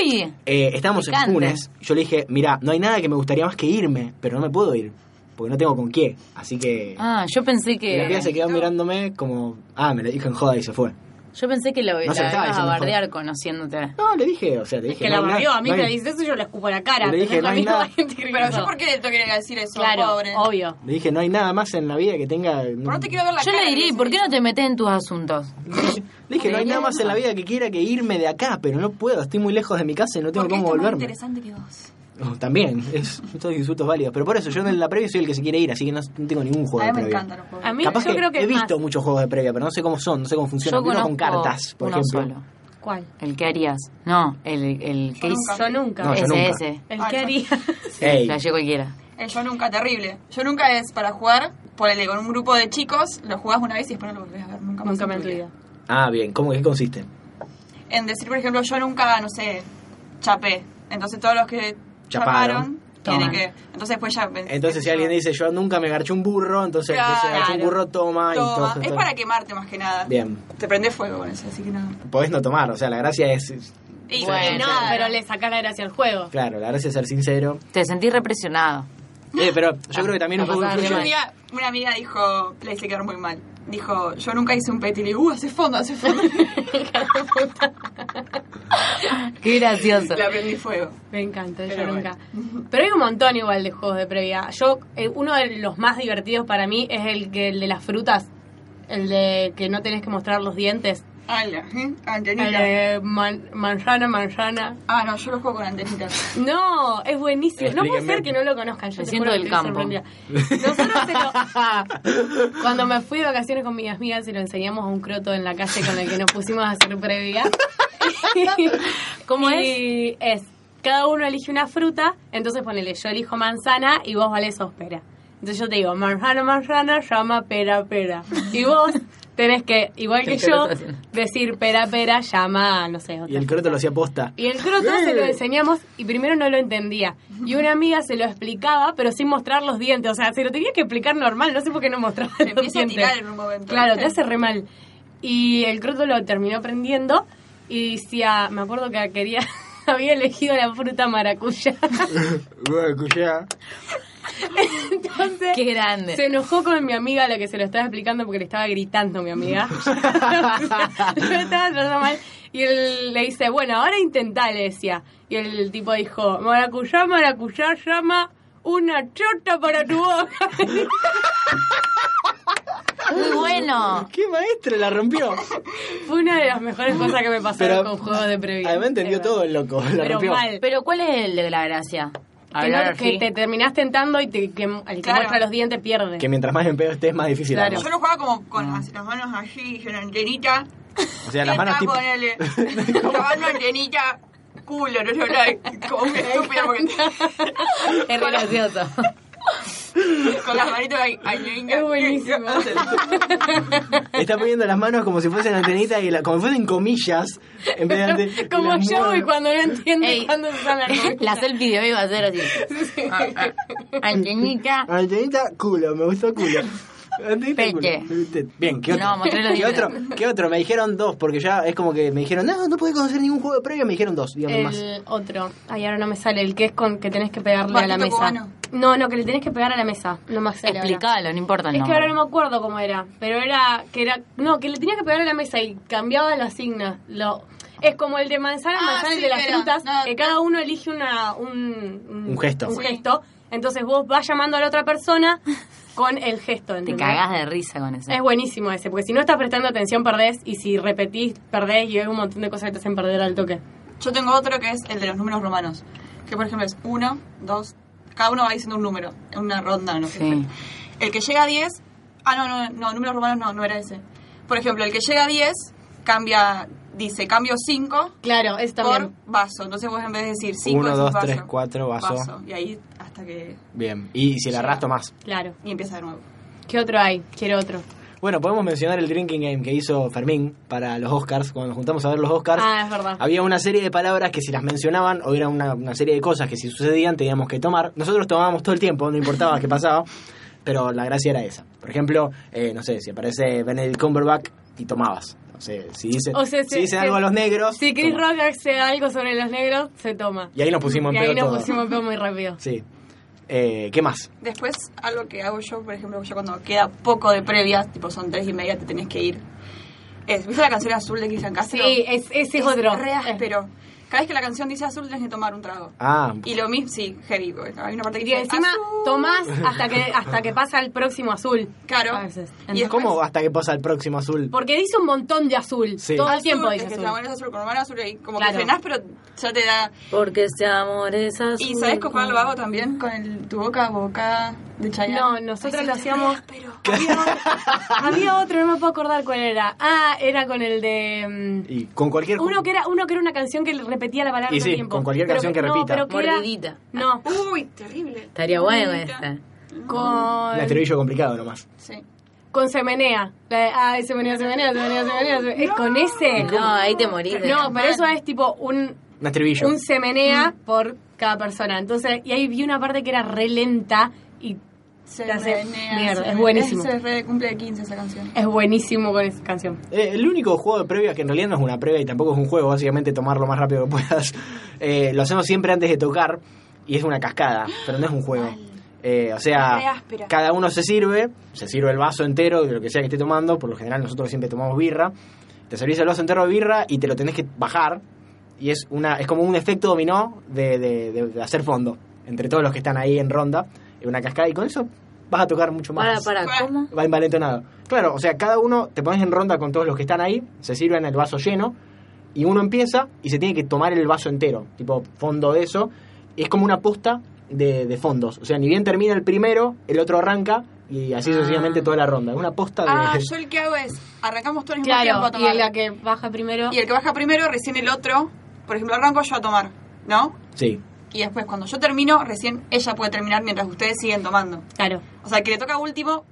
D: Uy,
B: Eh, estábamos en
D: Picante.
B: Funes. Yo le dije, mira, no hay nada que me gustaría más que irme, pero no me puedo ir, porque no tengo con qué. Así que
D: ah, yo pensé
B: y la piba
D: que
B: se quedó mirándome como, ah, me lo dijo en joda y se fue.
D: yo pensé que lo
B: se
D: la
B: lo estaba
D: ibas a
B: diciendo,
D: bardear conociéndote.
B: No, le dije, o sea, le dije.
A: que
B: no,
A: la
B: no,
A: barrió a mí
B: no
A: que
B: hay-
A: dice eso yo la escupo a la cara.
B: Le dije,
A: Tenés la
B: no hay
A: misma
B: nada.
A: gente que
C: Pero yo,
A: yo.
C: ¿por qué le tengo que decir eso?
A: Claro,
C: pobre.
A: obvio.
B: Le dije, no hay nada más en la vida que tenga.
C: Pero no te quiero ver la
D: Yo
C: cara.
D: le diría, ¿y ¿por qué no te metes en tus asuntos?
B: Le dije- le dije, no hay nada más en la vida que quiera que irme de acá, pero no puedo, estoy muy lejos de mi casa y no tengo
C: Porque
B: cómo
C: esto es más
B: volverme.
C: interesante que vos.
B: No, también, es, son insultos válidos. Pero por eso, yo en la previa soy el que se quiere ir, así que no, no tengo ningún juego
C: A mí
B: de
C: me
B: previa.
C: encantan los juegos.
A: A mí
B: Capaz
A: yo
B: que
A: creo que
B: he
A: es más.
B: visto muchos juegos de previa, pero no sé cómo son, no sé cómo funcionan.
D: Yo
B: Uno
D: conozco
B: con cartas, por
D: uno
B: ejemplo.
D: solo.
A: ¿Cuál?
D: El que harías. No, el, el que hizo.
A: Yo nunca.
B: No, yo
D: ese,
B: nunca.
D: ese.
A: El
C: Ay,
A: que
C: yo-
A: haría.
B: Ey,
D: La cualquiera.
C: El eh, yo nunca, terrible. Yo nunca es para jugar, ponele con un grupo de chicos, lo jugás una vez y después no lo volvés a ver nunca más.
A: Nunca me
C: en tu vida.
A: olvido.
B: Ah, bien, ¿cómo que consiste?
C: En decir, por ejemplo, yo nunca, no sé, chapé. Entonces todos los que
B: Chaparon.
C: chaparon, tienen
D: Toman.
C: que. Entonces después ya.
B: Entonces, si alguien dice, yo nunca me garché un burro, entonces el que se garchó un
C: Claro.
B: burro toma, y todo.
C: Toma. Es
B: todo.
C: para quemarte más que nada.
B: Bien,
C: Te prende fuego con eso, así que nada.
B: podés no tomar, o sea, la gracia es.
C: Y
A: No,
D: Bueno,
C: nada.
A: pero le sacás la gracia al juego.
B: Claro, la gracia es ser sincero.
D: Te sentís represionado.
B: Eh, pero yo creo que
A: Ah,
B: también un poco
D: Capaz de
C: Yo un
B: influye.
C: día, una amiga dijo, le hice quedar muy mal. Dijo, yo nunca hice un peti. Le digo, uh, hace fondo, hace fondo.
D: Qué gracioso.
C: le aprendí fuego.
A: Me encanta, yo
C: Pero
A: nunca. Pero hay un montón igual de juegos de previa. Yo, eh, uno de los más divertidos para mí es el, que, el de las frutas. El de que no tenés que mostrar los dientes.
C: Ala, ¿eh?
A: El
C: Antenita.
A: de man- manzana, manzana.
C: Ah, no, yo lo juego con antenita.
A: No, es buenísimo. No puede
B: Explíquenme.
A: ser que no lo conozcan. Yo
D: Me
A: te
D: siento
A: juro
D: del
A: que estoy
D: campo.
A: sorprendida. Nosotros se lo- cuando me fui de vacaciones con mis amigas se lo enseñamos a un croto en la calle con el que nos pusimos a hacer previa.
D: ¿Cómo
A: Y es, cada uno elige una fruta, entonces ponele, yo elijo manzana y vos vales sos pera. Entonces yo te digo, manzana, manzana, llama pera, pera. Y vos tenés que, igual que
D: Qué
A: yo,
D: interesante.
A: decir pera, pera, llama, no sé, otra
B: Y el croto lo hacía posta.
A: y el croto se lo enseñamos y primero no lo entendía. Y una amiga se lo explicaba, pero sin mostrar los dientes. O sea, se lo tenía que explicar normal, no sé por qué no mostraba
C: Me
A: los
C: empieza a
A: dientes.
C: tirar en un momento.
A: Claro, te hace re mal. Y el croto lo terminó aprendiendo y decía, me acuerdo que quería, había elegido la fruta maracuya.
B: Bueno, escuchá.
A: Entonces,
D: Qué grande.
A: se enojó con mi amiga la que se lo estaba explicando porque le estaba gritando mi amiga. Lo estaba tratando mal. Y él le dice, bueno, ahora intentá, le decía. Y el tipo dijo, maracuyá, maracuyá, llama una chota para tu boca.
D: Muy bueno.
B: ¡Qué maestro! La rompió.
A: Fue una de las mejores cosas que me pasaron
B: Pero,
A: con juegos de previa.
B: Además entendió todo el loco. La
A: Pero
B: rompió.
A: mal.
D: Pero ¿cuál es el de la gracia?
A: Que, no-
D: Hablar
A: que
D: así.
A: te terminás tentando y te, que el que
C: Claro.
A: muestra los dientes pierde.
B: Que mientras más en pedo estés, más difícil.
A: Claro.
B: además.
C: Yo lo jugaba como con
A: Ah.
C: las, las manos así, con la antenita.
B: O sea, las manos tipo.
C: Ponele.
A: eh.
C: La mano antenita, culo, no, no, no. Como un estúpido porque
D: Es re gracioso.
C: con las manitos ahí. ahí, ahí.
A: Es buenísimo.
B: Está poniendo las manos como si fuesen antenitas y la- como si fuesen comillas. En vez de ante-
A: Como
B: las
A: yo
B: mueve.
A: y cuando no entiende
D: Ey.
A: cuando se la
D: la selfie de hoy va a ser así. Ah, ah. Antenita.
B: Antenita, culo, me gustó culo.
D: Peque.
B: Bien, ¿qué otro?
D: No, mostré los
B: ¿Qué
D: dientes.
B: otro? ¿Qué otro? Me dijeron dos, porque ya es como que me dijeron, no, no pude conocer ningún juego previo, me dijeron dos, dígame más.
A: El otro. Ay, ahora no me sale. El que es con que tenés que pegarle a la
C: Patito
A: mesa.
C: cubano.
A: No, no, que le tenés que pegar a la mesa. Lo más sale ahora.
D: Explicalo, no importa el
A: Es que
D: nombre.
A: ahora no me acuerdo cómo era, pero era que era no, que le tenía que pegar a la mesa y cambiaba la signa. Lo es como el de manzana,
C: Ah,
A: manzana
C: sí,
A: el de las
C: pero,
A: frutas,
C: no,
A: que cada uno elige una un,
B: Un gesto.
A: Un
C: Sí.
A: gesto. Entonces vos vas llamando a la otra persona con el gesto,
D: Te
A: ¿entendés?
D: cagás de risa con eso.
A: Es buenísimo ese, porque si no estás prestando atención perdés y si repetís perdés y hay un montón de cosas que te hacen perder al toque.
C: Yo tengo otro que es el de los números romanos. Que por ejemplo es 1, 2, cada uno va diciendo un número, en una ronda, no sé.
D: Sí.
C: El que llega a 10, ah no, no, no, números romanos no, no era ese. Por ejemplo, el que llega a 10 cambia, dice, cambio 5
A: Claro, eso
C: por
A: también.
C: vaso. Entonces vos en vez de decir 5
B: Uno,
C: decís
B: dos,
C: vaso,
B: tres, cuatro, vaso.
C: Y ahí hasta que
B: Bien, y si la arrastro más.
A: Claro.
C: y empieza de nuevo.
A: ¿Qué otro hay? Quiero otro.
B: Bueno, podemos mencionar el drinking game que hizo Fermín para los Oscars, cuando nos juntamos a ver los Oscars.
A: Ah, es verdad.
B: Había una serie de palabras que si las mencionaban, o era una, una serie de cosas que si sucedían teníamos que tomar. Nosotros tomábamos todo el tiempo, no importaba qué pasaba, pero la gracia era esa. Por ejemplo, eh, no sé, si aparece Benedict Cumberbatch y tomabas. No sé, si dicen,
A: O sea,
B: si
A: se-
B: dicen
A: se-
B: algo a los negros.
A: Si Chris
B: tomás.
A: Rock hace algo sobre los negros, se toma.
B: Y ahí nos pusimos
A: Y
B: en
A: ahí
B: pedo
A: nos
B: todo.
A: pusimos en pedo muy rápido.
B: Sí. Eh, ¿Qué más?
C: Después, algo que hago yo, por ejemplo, yo cuando queda poco de previas, tipo son tres y media, te tenés que ir. Es, ¿Viste la canción azul de Cristian Castro?
A: Sí, es, ese es otro. Eh.
C: Re áspero. Cada vez que la canción dice azul, tenés que tomar un trago.
B: Ah,
C: Y lo mismo, sí, heavy. porque Hay una parte que
A: Eh, Y
C: dice
A: encima
C: azul.
A: tomás hasta que hasta que pasa el próximo azul.
C: Claro.
A: A veces.
C: Y después-
B: ¿cómo hasta que pasa el próximo azul?
A: Porque dice un montón de azul.
B: Sí.
A: Todo el
C: Azul,
A: tiempo
C: es
A: dice
C: que
A: azul.
C: tu amor es azul, con amor es azul, y como
A: Claro.
C: que frenás, pero ya te da...
D: Porque este amor es azul.
C: ¿Y sabes cómo lo hago también? Con el, tu boca, boca de Chayanne.
A: No, nosotros
C: Ay, sí,
A: lo
C: es re
A: hacíamos-
C: áspero.
A: Había otro- Había otro, no me puedo acordar cuál era. Ah, era con el de mm,
B: Y con cualquier ju-
A: uno que era uno que era una canción que le repetía la palabra
B: Y
A: todo el
B: sí,
A: tiempo.
B: con cualquier canción que
A: no,
B: repita.
A: pero que era-
D: Mordidita.
A: No,
C: Uy, terrible.
D: Estaría bueno
C: Mordidita.
D: esta.
B: un
A: con
B: asteroide complicado nomás.
C: Sí.
A: con semenea. La de, Ay, semenea, semenea, semenea, semenea. semenea. Es con ese.
D: No, ahí te morís. de
A: No,
D: la-
A: pero eso es tipo un,
B: Un estribillo.
A: un se menea por cada persona. Entonces, y ahí vi una parte que era re lenta y
C: Se
A: La hace-
C: menea,
A: mierda,
C: se
A: es
C: menea.
A: buenísimo.
C: Ese Es re de cumple de 15 esa canción.
A: es buenísimo con esa canción.
B: Eh, el único juego de previa, que en realidad no es una previa y tampoco es un juego, básicamente tomar lo más rápido que puedas, eh, lo hacemos siempre antes de tocar y es una cascada, pero no es un juego. Eh, o
C: Es re
B: sea,
C: áspera.
B: cada uno se sirve, se sirve el vaso entero de lo que sea que esté tomando, por lo general nosotros siempre tomamos birra, te servís el vaso entero de birra y te lo tenés que bajar y es, una, es como un efecto dominó de, de- de- de hacer fondo entre todos los que están ahí en ronda, en una cascada y con eso vas a tocar mucho más.
D: Para,
C: Ah,
D: para, ¿cómo?
B: Va envalentonado. Claro, o sea, cada uno te pones en ronda con todos los que están ahí, se sirven el vaso lleno, y uno empieza y se tiene que tomar el vaso entero, tipo fondo de eso. Es como una posta de, de fondos. O sea, ni bien termina el primero, el otro arranca, y así
D: Ah.
B: sucesivamente toda la ronda. Es una posta de.
C: Ah, yo el que hago es, arrancamos todo el mismo tiempo
A: Claro,
C: a tomar.
A: y la que baja primero.
C: Y el que baja primero, recién el otro, por ejemplo, arranco yo a tomar, ¿no?
B: Sí.
C: Y después, cuando yo termino, recién ella puede terminar mientras ustedes siguen tomando.
A: Claro.
C: O sea, el que le toca último,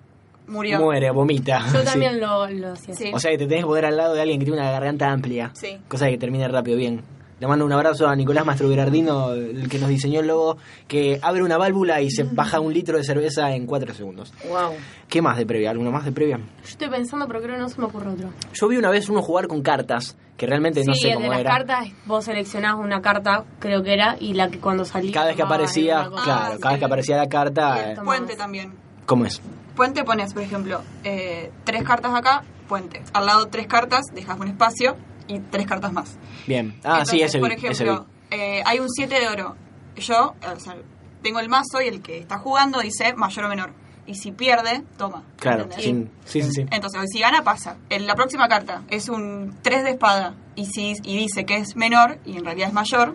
C: murió.
B: Muere, vomita.
A: Yo
B: Ah, Sí.
A: también lo, lo hacía.
C: Sí.
B: O sea, que te tenés que poner al lado de alguien que tiene una garganta amplia.
C: Sí.
B: Cosa que termine rápido, bien. Le mando un abrazo a Nicolás Mastro Gerardino, el que nos diseñó el logo, que abre una válvula y se baja un litro de cerveza en 4 segundos.
D: Wow.
B: ¿Qué más de previa? ¿Alguno más de previa?
A: Yo estoy pensando, pero creo que no se me ocurre otro.
B: Yo vi una vez uno jugar con cartas, que realmente no
A: sí,
B: sé
A: el de
B: cómo
A: las
B: era.
A: cartas, vos seleccionás una carta, creo que era, y la que cuando salía.
B: Cada vez que
A: tomabas
B: aparecía,
A: alguna cosa. Ah,
B: claro, cada vez que aparecía la carta, eh,
A: Cierto.
C: Puente también.
B: ¿cómo es?
C: Puente pones, por ejemplo, eh, tres cartas acá, puente. Al lado tres cartas, dejas un espacio y tres cartas más.
B: Bien. Ah, sí,
C: Entonces,
B: ese vi,
C: Por
B: ese
C: ejemplo, eh, hay un 7 de oro. Yo, o sea, tengo el mazo y el que está jugando dice mayor o menor. Y si pierde, toma.
B: vi. Claro,
C: ¿entendés? Eh,
B: sin- sí, sí, sí.
C: Entonces, si gana, pasa. En la próxima carta es un 3 de espada y, si, y dice que es menor y en realidad es mayor,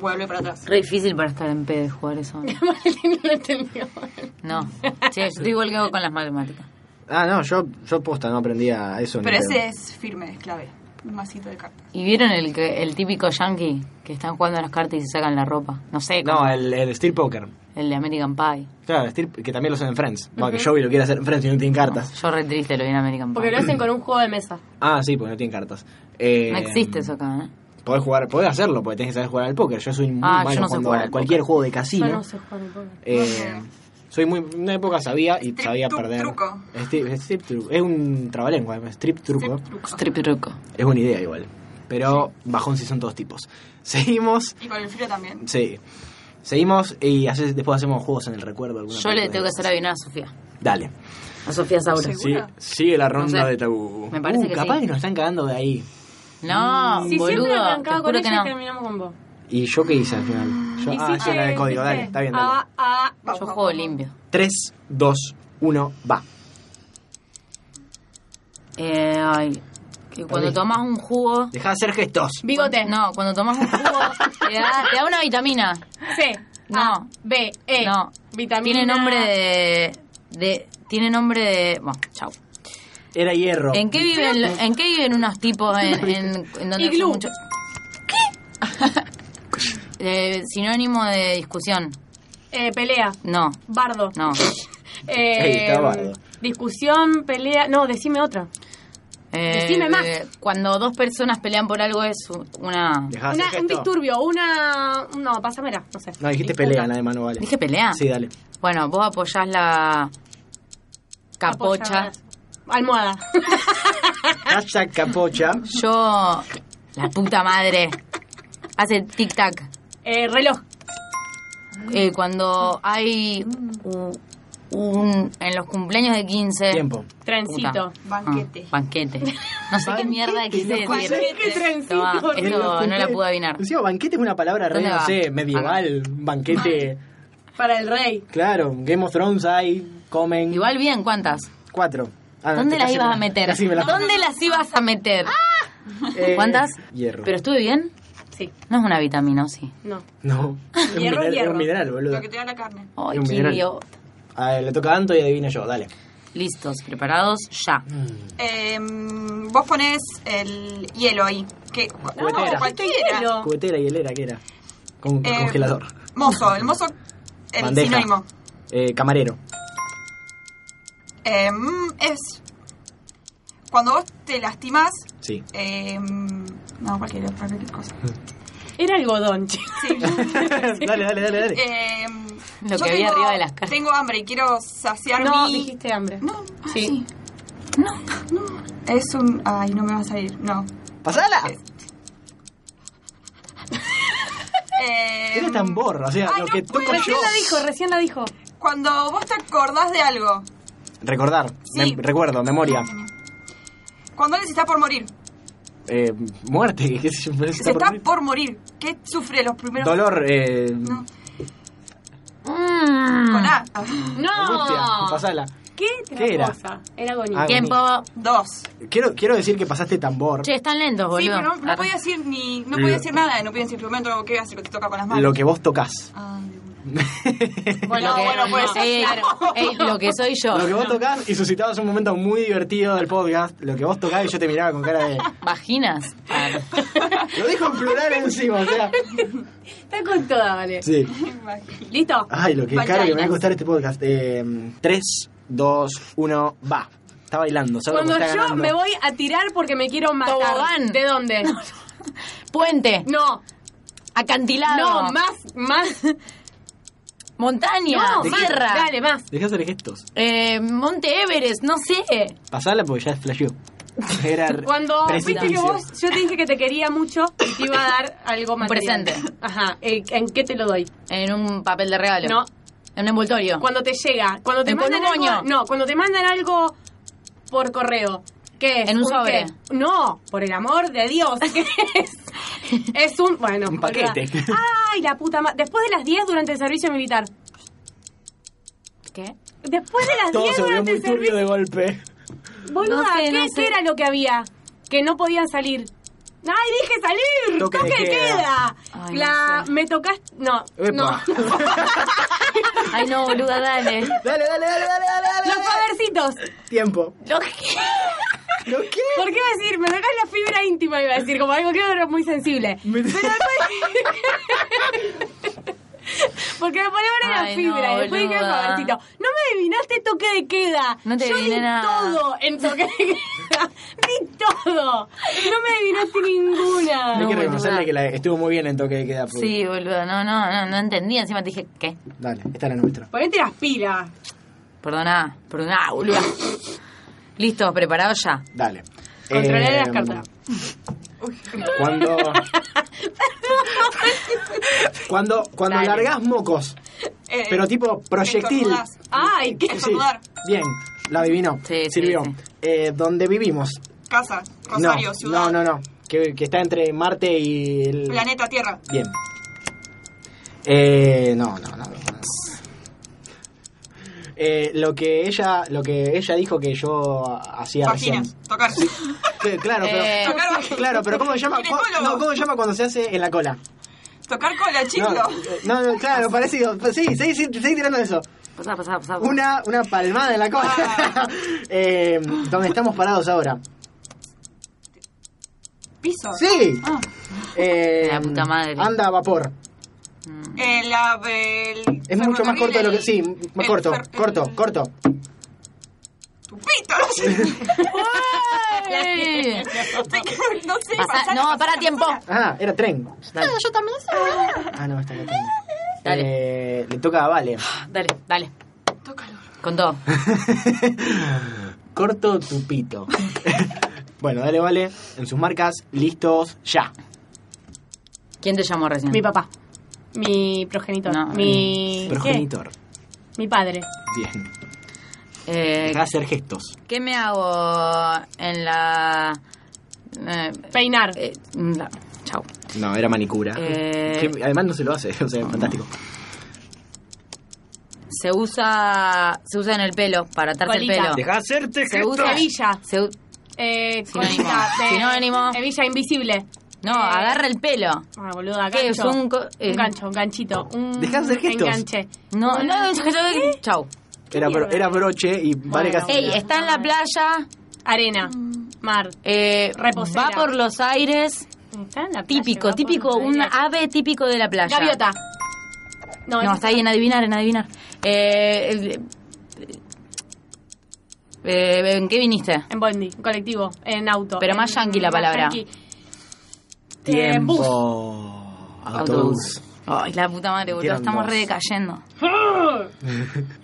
C: vuelve para atrás.
D: Re difícil para estar en pedo y jugar eso. ¿no?
A: no lo entendió.
D: No. Che, yo estoy igual que hago con las matemáticas.
B: Ah, no, yo, yo posta, no aprendía eso. ni
C: Pero
B: pedo.
C: ese es firme, es clave. Un masito de cartas.
D: ¿Y vieron el que- el típico yankee que están jugando a las cartas y se sacan la ropa? No sé, como
B: No, eh. el, el Steel Poker.
D: el de American Pie.
B: Claro, Steel- que también lo hacen en Friends. Va, que Joey lo quiere hacer en Friends y no tiene cartas.
D: Yo re triste lo vi en American Pie.
A: Porque lo hacen con un juego de mesa.
B: Ah, sí, porque no tiene cartas. Eh,
D: No existe eso acá, ¿eh?
B: Podés, jugar, podés hacerlo, porque tenés que saber jugar al póker. Yo soy muy
D: Ah, yo
B: malo
D: no sé
B: cuando
D: jugar al
B: cualquier
D: póker.
B: juego de
A: Yo
B: casino.
A: no sé jugar al póker.
B: Eh, Soy muy. En una época sabía y
C: Strip
B: sabía
C: tu-
B: perder.
C: truco.
B: Strip, strip truco. Es un trabalengua, strip truco.
C: Strip truco.
D: Stripirruco.
B: Es buena idea igual. Pero bajón si son todos tipos. Seguimos.
C: Y con el frío también.
B: Sí. Seguimos y hace- después hacemos juegos en el recuerdo. alguna
D: Yo le
B: película
D: tengo que
B: de
D: hacer
B: esas.
D: adivinar a Sofía.
B: Dale.
D: A Sofía Saura.
C: Sí. ¿Segura?
B: sigue la
D: ronda sé. de
B: tabú.
D: Me parece que
B: Uh, capaz
D: sí.
B: que nos están cagando de ahí.
D: No,
A: Si
D: boludo.
A: siempre
D: Te
A: arrancaba
D: juro
A: con
D: que
A: ella y
D: no.
A: terminamos con vos.
B: ¿Y yo qué hice al final? Yo, ah,
A: Hiciste-
B: yo la de código, dale, está bien, dale.
A: Ah, ah,
C: Vamos,
D: Yo
C: vamos,
D: juego
C: vamos.
D: limpio.
B: 3, 2, 1, va.
D: Eh, ay, que cuando
B: Perdí.
D: tomas un jugo.
B: Deja de hacer gestos.
A: Bigote.
D: No, cuando tomas un jugo te da, te da una vitamina.
A: C.
D: No.
A: A, B, E.
D: No.
A: Vitamina.
D: Tiene nombre de. de tiene nombre de. Bueno, chau.
B: Era hierro.
D: ¿En qué viven, lo- ¿en qué viven unos tipos en, en, en donde
A: Iglú.
D: ¿Qué? Eh, sinónimo de discusión.
A: Eh, pelea.
D: No,
A: Bardo.
D: no.
A: Eh,
B: Ey, está bardo.
A: Discusión, pelea. No, decime otra.
D: Eh,
A: Decime más.
D: Cuando dos personas pelean por algo es
B: Deja
D: una.
B: de Ah,
A: Una-
B: hacer
A: un
B: gestos.
A: disturbio, una. No, pásamela, no sé.
B: No, dijiste
A: Disputa.
B: pelea, nada más no vale.
D: ¿Dije pelea?
B: Sí, dale.
D: Bueno, vos apoyás la capocha.
A: Apoyadas. Almohada.
B: Hashtag capocha.
D: Yo, la puta madre, hace tic-tac.
A: Eh, reloj.
D: Eh, cuando hay u- un, en los cumpleaños de 15...
B: Tiempo.
A: Trencito.
D: Puta.
C: Banquete.
D: Ah, banquete. No sé qué mierda quise
B: Banquete,
D: decir.
A: ¿Qué trencito?
D: Toma,
A: boludo?
D: esto no la pude adivinar.
B: Encima, banquete es una palabra re,
D: ¿Dónde
B: no
D: va?
B: sé, medieval. Banquete.
A: Para el rey.
B: Claro, Game of Thrones hay, comen.
D: Igual bien, ¿cuántas?
B: Cuatro. Ah, no,
D: ¿Dónde
B: que
D: las
B: casi
D: ibas
B: me-
D: a meter?
B: casi me las-
D: ¿Dónde las ibas a meter?
B: Eh,
D: ¿Cuántas?
B: Hierro.
D: ¿Pero estuve bien?
A: Sí,
D: no es una vitamina, ¿o sí?
A: no.
B: No. Es
A: Hierro,
B: un mineral- es
A: hierro.
B: un mineral, boludo.
C: Lo que te da la carne.
D: Ay,
B: Es un
D: qué
B: mineral.
D: idiota.
B: A ver, le toca a Anto y adivino yo, dale.
D: Listos, preparados, ya.
C: Eh, vos ponés el hielo ahí. Que,
B: Cubetera.
C: cualquiera.
A: Hielo.
B: Cubetera y helera, ¿qué era? Con
C: Eh,
B: congelador.
C: Mozo, el mozo, el
B: Bandeja.
C: sinónimo.
B: Eh, camarero.
C: Eh, es cuando vos te lastimás.
B: Sí.
C: Eh, no, cualquier, cualquier cosa.
A: Era algodón, che.
B: dale, dale, dale, dale.
C: Eh,
D: Lo
C: yo
D: que había
C: tengo-
D: arriba de las caras.
C: Tengo hambre y quiero saciar
A: No,
C: mi.
A: dijiste hambre.
C: No, ah,
A: Sí.
C: sí. No, no. Es un. Ay, no me va a salir. No.
B: ¡Pasala!
C: Eh,
B: Era tambor, o sea,
C: ay,
B: lo
C: no
B: que
C: puedo.
B: toco yo.
A: Recién la dijo, recién la dijo.
C: Cuando vos te acordás de algo.
B: Recordar,
C: Sí.
B: me- recuerdo, memoria.
C: Cuando alguien se está por morir.
B: Eh, muerte, qué sé yo, pero
C: Se está
B: por-
C: por morir. ¿Qué sufre los primeros?
B: Dolor, eh.
C: No.
D: Mm.
C: Con A.
B: Angustia, pasala.
A: ¿Qué?
B: ¿Qué era?
A: Cosa? Era agonía.
B: Ah,
D: Tiempo.
C: Dos.
B: Quiero, quiero decir que pasaste tambor.
D: Che, están lentos,
C: Sí,
D: boludo.
C: pero no, no podía decir ni. No podía decir nada, no podía decir instrumento, no podía decir lo que te toca con las manos.
B: Lo que vos tocás.
C: Ah, de una.
D: Bueno,
C: No,
D: que,
C: bueno, puede ser,
D: ey,
C: claro.
D: ey, lo que soy yo.
B: Lo que vos tocás y suscitabas un momento muy divertido del podcast. Lo que vos tocás y yo te miraba con cara de.
D: Vaginas.
B: Lo dijo en plural encima, o sea.
A: Está con toda, vale.
B: Sí. Ah,
A: ¿Listo?
B: Ay, lo que es caro que me va a
C: Bailainas.
B: costar este podcast. 3, 2, 1, va. Está bailando, ¿sabes
A: Cuando
B: cómo está
A: yo
B: ganando?
A: me voy a tirar porque me quiero matar.
D: Tobogán.
A: ¿De dónde?
D: Puente.
A: No,
D: Acantilado.
A: no, más, más.
D: Montaña.
A: No, más.
D: sierra.
A: Dale, más.
B: Dejá de hacer gestos.
D: Eh, Monte Everest. No sé.
B: Pasala porque ya flasheó. Era re-
A: Cuando viste que
B: precipicio.
A: vos, yo te dije que te quería mucho y te iba a dar algo más.
D: presente.
A: Ajá. eh, ¿En qué te lo doy?
D: En un papel de regalo.
A: No.
D: En un envoltorio.
A: Cuando te llega, cuando te
D: En
A: mandan
D: Pondumoño.
A: algo, no, cuando te mandan algo por correo, ¿qué es?
D: En un sobre.
A: qué? No, por el amor de Dios, ¿qué es? Es un, bueno,
B: Un paquete.
A: olvidá. Ay, la puta madre. Después de las 10 durante el servicio militar.
D: ¿Qué?
A: Después de las
B: Todo
A: 10
B: se volvió
A: durante
B: muy
A: el
B: turbio
A: servicio.
B: de golpe.
A: Boluda,
D: No sé,
A: ¿qué,
D: no
A: qué
D: sé.
A: era lo que había? Que no podían salir. Ay, dije salir.
B: Toque
A: Toque,
B: de
A: de
B: queda.
A: queda.
D: Ay, no
A: la
D: sé.
A: me tocaste, no,
B: Epa.
A: no.
D: Ay, no, boluda, dale.
B: Dale, dale, dale, dale, dale, dale.
A: Los fabercitos.
B: Tiempo.
D: Lo que-
B: ¿Lo qué?
A: ¿Por qué iba a decir? Me tocas la fibra íntima, iba a decir, como algo que era muy sensible.
B: Me-
A: Porque la palabra
D: Ay,
A: era fibra
D: no,
A: y después dije
D: boluda.
A: alfabetito. No me adivinaste toque de queda.
D: No te
A: Yo di
D: adiviné nada.
A: todo en toque de queda. di todo. No me adivinaste ninguna.
B: Hay que
D: boluda.
B: reconocerle que la, estuvo muy bien en toque de queda. porque-
D: Sí, boludo, no, no, no, no entendí. Encima te dije, ¿qué?
B: Dale, esta es la nuestra.
A: Ponete las pilas.
D: Perdoná, perdoná, boludo. Listo, preparado ya.
B: Dale.
A: Controlar
B: Eh,
A: las cartas.
B: Cuando. cuando cuando
D: Dale.
B: largás mocos.
C: Eh,
B: Pero tipo proyectil.
C: estornudás.
A: Ay, qué.
B: Sí,
C: Estornudar.
B: bien, la adivinó.
D: Sí, sí,
B: Sirvió.
D: sí.
B: Eh, donde vivimos.
C: Casa, Rosario,
B: no,
C: ciudad,
B: no, no, no. Que, que está entre Marte y el.
C: planeta Tierra.
B: Bien. Eh, no, no, no. no, no. Eh, lo que ella lo que ella didijo que yo hacía
C: Vaginas,
B: recién.
C: tocar.
B: Sí, claro, pero
D: Eh.
C: Tocar vaginas.
B: claro, pero cómo se llama cómo,
C: Ginecólogo.
B: no, cómo se llama cuando se hace en la cola.
C: Tocar cola, chiclo.
B: No, eh, no, no, claro, parecido. Sí, seguí, seguí- seguí tirando eso.
D: Pasá, pasá, pasá. pasá.
B: Una una palmada en la cola.
C: Ah.
B: eh, donde estamos parados ahora.
C: Piso.
B: Sí.
C: Ah.
B: Eh,
D: La puta madre.
B: Anda a vapor.
C: El, Eh, la- el
B: Es mucho más
C: ferrocarril,
B: corto de lo que
C: el-
B: sí, más
C: el
B: corto,
C: fer-
B: corto,
C: el-
B: corto.
C: Tu pito, no sé.
D: Ey.
C: Estoy- no sé.
D: Pasá-
C: pasar-
D: Eh, no, para tiempo.
B: Ah, era tren.
D: Dale,
B: Ah, no, está bien.
D: Dale.
B: Eh, le toca a Vale.
D: dale, dale.
C: Tócalo.
D: Con todo.
B: Corto tupito. bueno, dale, Vale. En sus marcas, listos, ya.
D: ¿Quién te llamó recién?
A: Mi papá. Mi progenitor.
D: No,
A: mi.
B: Progenitor.
A: ¿Qué? Mi padre.
B: Bien.
D: Eh,
B: Deja de hacer gestos.
D: ¿Qué me hago en la... eh,
A: Peinar.
D: eh, la- Chau.
B: No, era manicura.
D: Eh.
B: Que además no se lo hace, o sea, fantástico.
D: Se usa, se usa en el pelo, para atarse el
A: Colita.
D: pelo.
B: Deja de hacerte
D: Se
B: gestos.
D: usa...
A: Hebilla.
D: Se u-
A: Eh,
D: Sinónimo.
A: colita de-
D: Sinónimo.
A: Hebilla invisible.
D: no,
A: Eh.
D: agarra el pelo.
A: Ah, boluda, gancho.
D: ¿Qué es? Un co- eh.
A: gancho, un ganchito. Un
B: Dejá de hacer gestos.
A: enganche.
D: No,
A: Un-
D: no, yo- chau.
B: Era, bro- era broche y Vale
A: Bueno.
B: casi.
D: Ey, está en la playa,
A: Arena. Mar.
D: eh,
A: Reposera.
D: va por los aires,
A: Está en la playa,
D: típico,
A: va
D: típico,
A: por-
D: un ave típico de la playa.
A: Gaviota. No,
D: No,
A: es-
D: está ahí en adivinar, en adivinar. Eh, el- eh, ¿En qué viniste?
A: En bondi, en colectivo, en auto.
D: Pero
A: en-
D: más yankee la palabra.
A: yankee. Eh,
B: Tiempo.
A: bus.
B: Autobús.
D: Ay, la puta madre, boludo,
B: Metieron
D: estamos
B: dos.
D: re decayendo.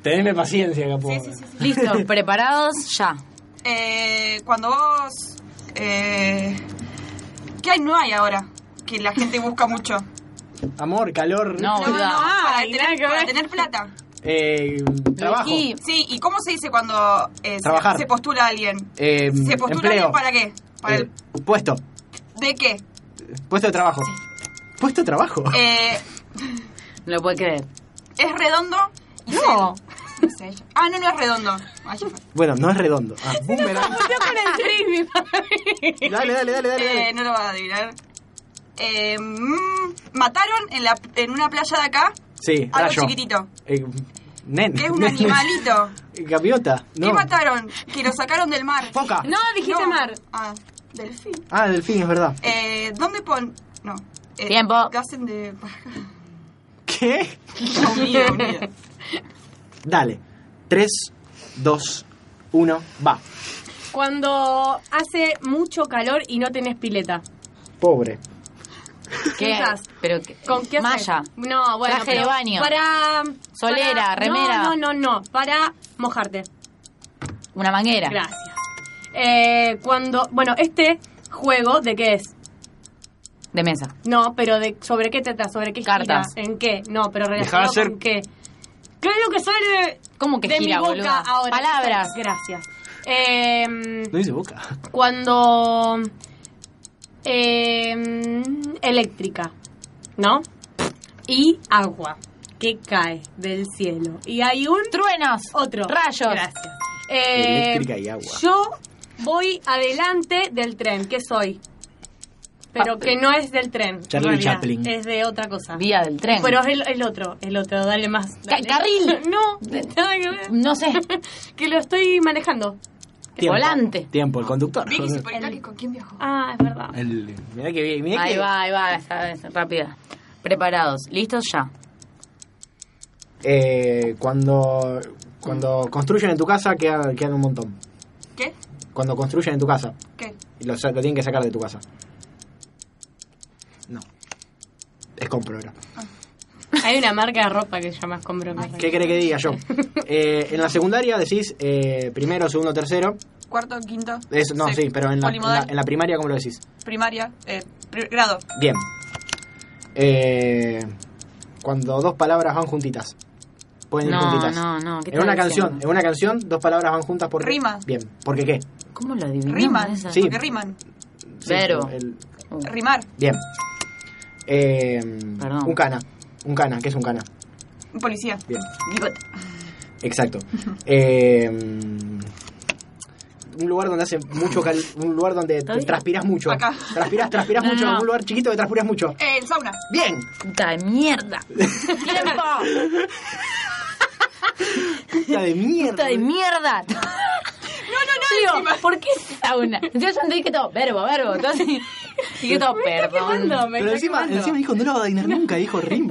B: Teneme paciencia, capo.
C: Sí, sí, sí. sí.
D: Listo, preparados, ya.
C: Eh, cuando vos. Eh, ¿Qué hay? No hay ahora. Que la gente busca mucho.
B: Amor, calor.
D: No,
C: No,
D: boluda.
C: no, para,
A: Ay, nada
C: tener,
A: que ver.
C: para tener plata.
B: Eh, trabajo.
D: Elegí.
C: Sí, ¿y cómo se dice cuando eh,
B: Trabajar.
C: se, se postula a alguien?
B: Eh,
C: ¿Se postula
B: empleo.
C: a alguien para qué? Para
B: Eh, Puesto.
C: el- ¿De qué?
B: Puesto de trabajo. Puesto de trabajo.
C: Eh,
D: No lo puede creer.
C: ¿Es redondo? Y
A: No.
C: se- no sé, ella- ah, no, no es redondo. Ay, ya fue.
B: Bueno, no es redondo. Ah, boomerang.
A: Yo con el frisbee, papi.
B: Dale, dale, dale, dale.
C: Eh,
B: dale.
C: no lo va a adivinar. Eh, mm, mataron en, la, en una playa de acá
B: Sí,
C: algo
B: rayo.
C: chiquitito.
B: Eh, nen.
C: Que es un
B: Nen.
C: animalito.
B: Gaviota. No.
C: ¿Qué mataron? Que lo sacaron del mar.
B: Foca.
A: No, dijiste
C: No.
A: mar.
C: Ah, delfín.
B: Ah, delfín, es verdad.
C: Eh, ¿Dónde pon...? No. Eh,
D: Tiempo.
C: ¿Qué hacen de...?
B: ¿Qué?
C: Unido, unido.
B: Dale. 3, 2, 1, va.
A: Cuando hace mucho calor y no tenés pileta.
B: Pobre.
D: ¿Qué?
A: Quizás.
D: ¿Pero qué?
A: ¿Con qué haces?
D: Malla.
A: No, bueno.
D: Traje
A: pero
D: de baño.
A: Para.
D: Solera,
A: para-
D: remera.
A: No, no, no, no. Para mojarte.
D: Una manguera.
A: Gracias. Eh, cuando. Bueno, este juego, ¿de qué es?
D: De mesa.
A: No, pero de sobre qué trata, sobre qué gira,
D: Cartas.
A: en qué, no, pero
B: Dejá de
A: relacionado
B: hacer-
A: con qué. Claro que sale
D: ¿Cómo que
A: de
D: gira,
A: mi boca
D: boluda?
A: ahora.
D: Palabras.
A: Gracias. Em,
B: No dice boca.
A: cuando em, eléctrica, ¿no? Y agua que cae del cielo y hay un
D: Truenos.
A: otro.
D: Rayos.
A: Gracias. Eh,
B: Eléctrica y agua.
A: Yo voy adelante del tren, que soy. Pero que no es del tren. en
B: Charlie
A: realidad.
B: Chaplin.
A: Es de otra cosa.
D: Vía del tren.
A: Pero es el, el otro, el otro, dale más. dale.
D: carril. Mm.
A: No, nada que ver.
D: No sé.
A: Que lo estoy manejando.
B: Tiempo.
D: Volante.
B: Tiempo, el conductor.
C: Vicky Supercali, ¿con quién viajó?
A: Ah, es verdad.
B: El- Mirá que bien, mirá
D: Ahí
B: que-
D: va, ahí va, esa vez, rápida. Preparados, listos ya.
B: eh, cuando, cuando construyen en tu casa queda- quedan un montón.
C: ¿Qué?
B: Cuando construyen en tu casa,
C: ¿Qué?
B: lo, sa- lo tienen que sacar de tu casa. No. Es compro, era.
A: Hay una marca de ropa que se llama Escombro. me
B: ¿Qué
A: parece.
B: querés que diga yo? Eh, en la secundaria decís eh, primero, segundo, tercero.
C: ¿Cuarto, quinto?
B: Es- no,
C: sexto,
B: sí, pero en la, en,
C: polimodal,
B: la, en la primaria, ¿cómo lo decís?
C: primaria, eh, pri- grado.
B: Bien. Eh, cuando dos palabras van juntitas. Pueden ir
D: No,
B: juntitas.
D: no, no, ¿qué
B: En una
D: estás
B: canción,
D: diciendo?
B: en una canción, dos palabras van juntas por
C: Rima.
B: Bien. ¿Por qué qué?
D: ¿Cómo lo adivinamos?
C: Riman,
D: esa?
B: Sí.
C: porque riman.
B: Sí,
D: Verbo.
B: el-
D: Uh,
C: Rimar,
B: bien. Eh,
D: Perdón.
B: un cana. Un cana, ¿qué es un cana?
C: un policía.
B: Bien.
C: Bigote.
B: Exacto. Eh, un lugar donde hace mucho cal un lugar donde
D: ¿Está bien?
B: transpiras mucho.
C: Acá.
B: Transpiras, transpiras
D: No,
B: mucho,
D: no, no.
B: un lugar chiquito que transpiras mucho.
C: Eh, el sauna.
B: Bien.
D: puta de mierda. ¡Tiempo!
B: Puta de mierda.
D: ¡Puta de mierda! No, no, no. Digo, ¿por qué sauna? Yo ya entendí que todo, verbo, verbo. Todo así. Y que todo,
A: Me está quemando,
D: perdón.
A: me
B: Pero
A: está
B: encima,
A: quemando.
B: encima dijo, no lo va a adivinar nunca, dijo Rim.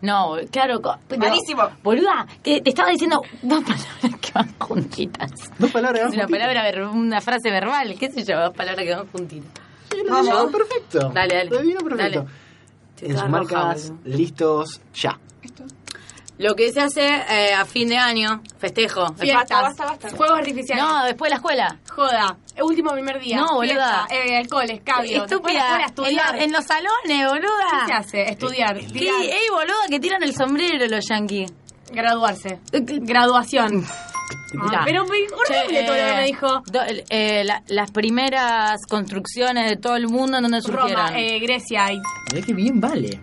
D: No, claro. co- pero-
C: Malísimo.
D: Boluda, que te estaba diciendo dos palabras que van juntitas.
B: Dos palabras.
D: Es una
B: juntitas.
D: palabra, ver- una frase verbal, qué sé yo, dos palabras que van juntitas.
B: Sí, lo
C: Vamos.
B: adivinó perfecto.
D: Dale, dale.
B: Lo adivinó perfecto.
D: Dale.
B: En sus marcas, listos, ya.
D: Lo que se hace eh, a fin de año, festejo.
A: Fiestas.
C: Basta, basta, basta.
A: Fuegos artificiales.
D: No, después de la escuela.
A: Joda. Último primer día.
D: No, boluda.
A: Fiesta, Eh, alcohol, escabio.
D: Estúpida.
A: Después de la escuela,
D: En,
A: estudiar.
D: lo- en los salones, boluda.
A: ¿Qué se hace? Estudiar.
D: ¿Qué?
A: tirar,
D: Ey, boluda, que tiran el sombrero los yanquis.
A: Graduarse. Graduación.
D: Ya.
A: Eh, Ah, pero me- horrible
D: Che,
A: todo lo que
D: eh,
A: me dijo.
D: do- eh, la- las primeras construcciones de todo el mundo en donde surgieron.
A: Roma, eh, Grecia. y-
B: Mirá que bien vale.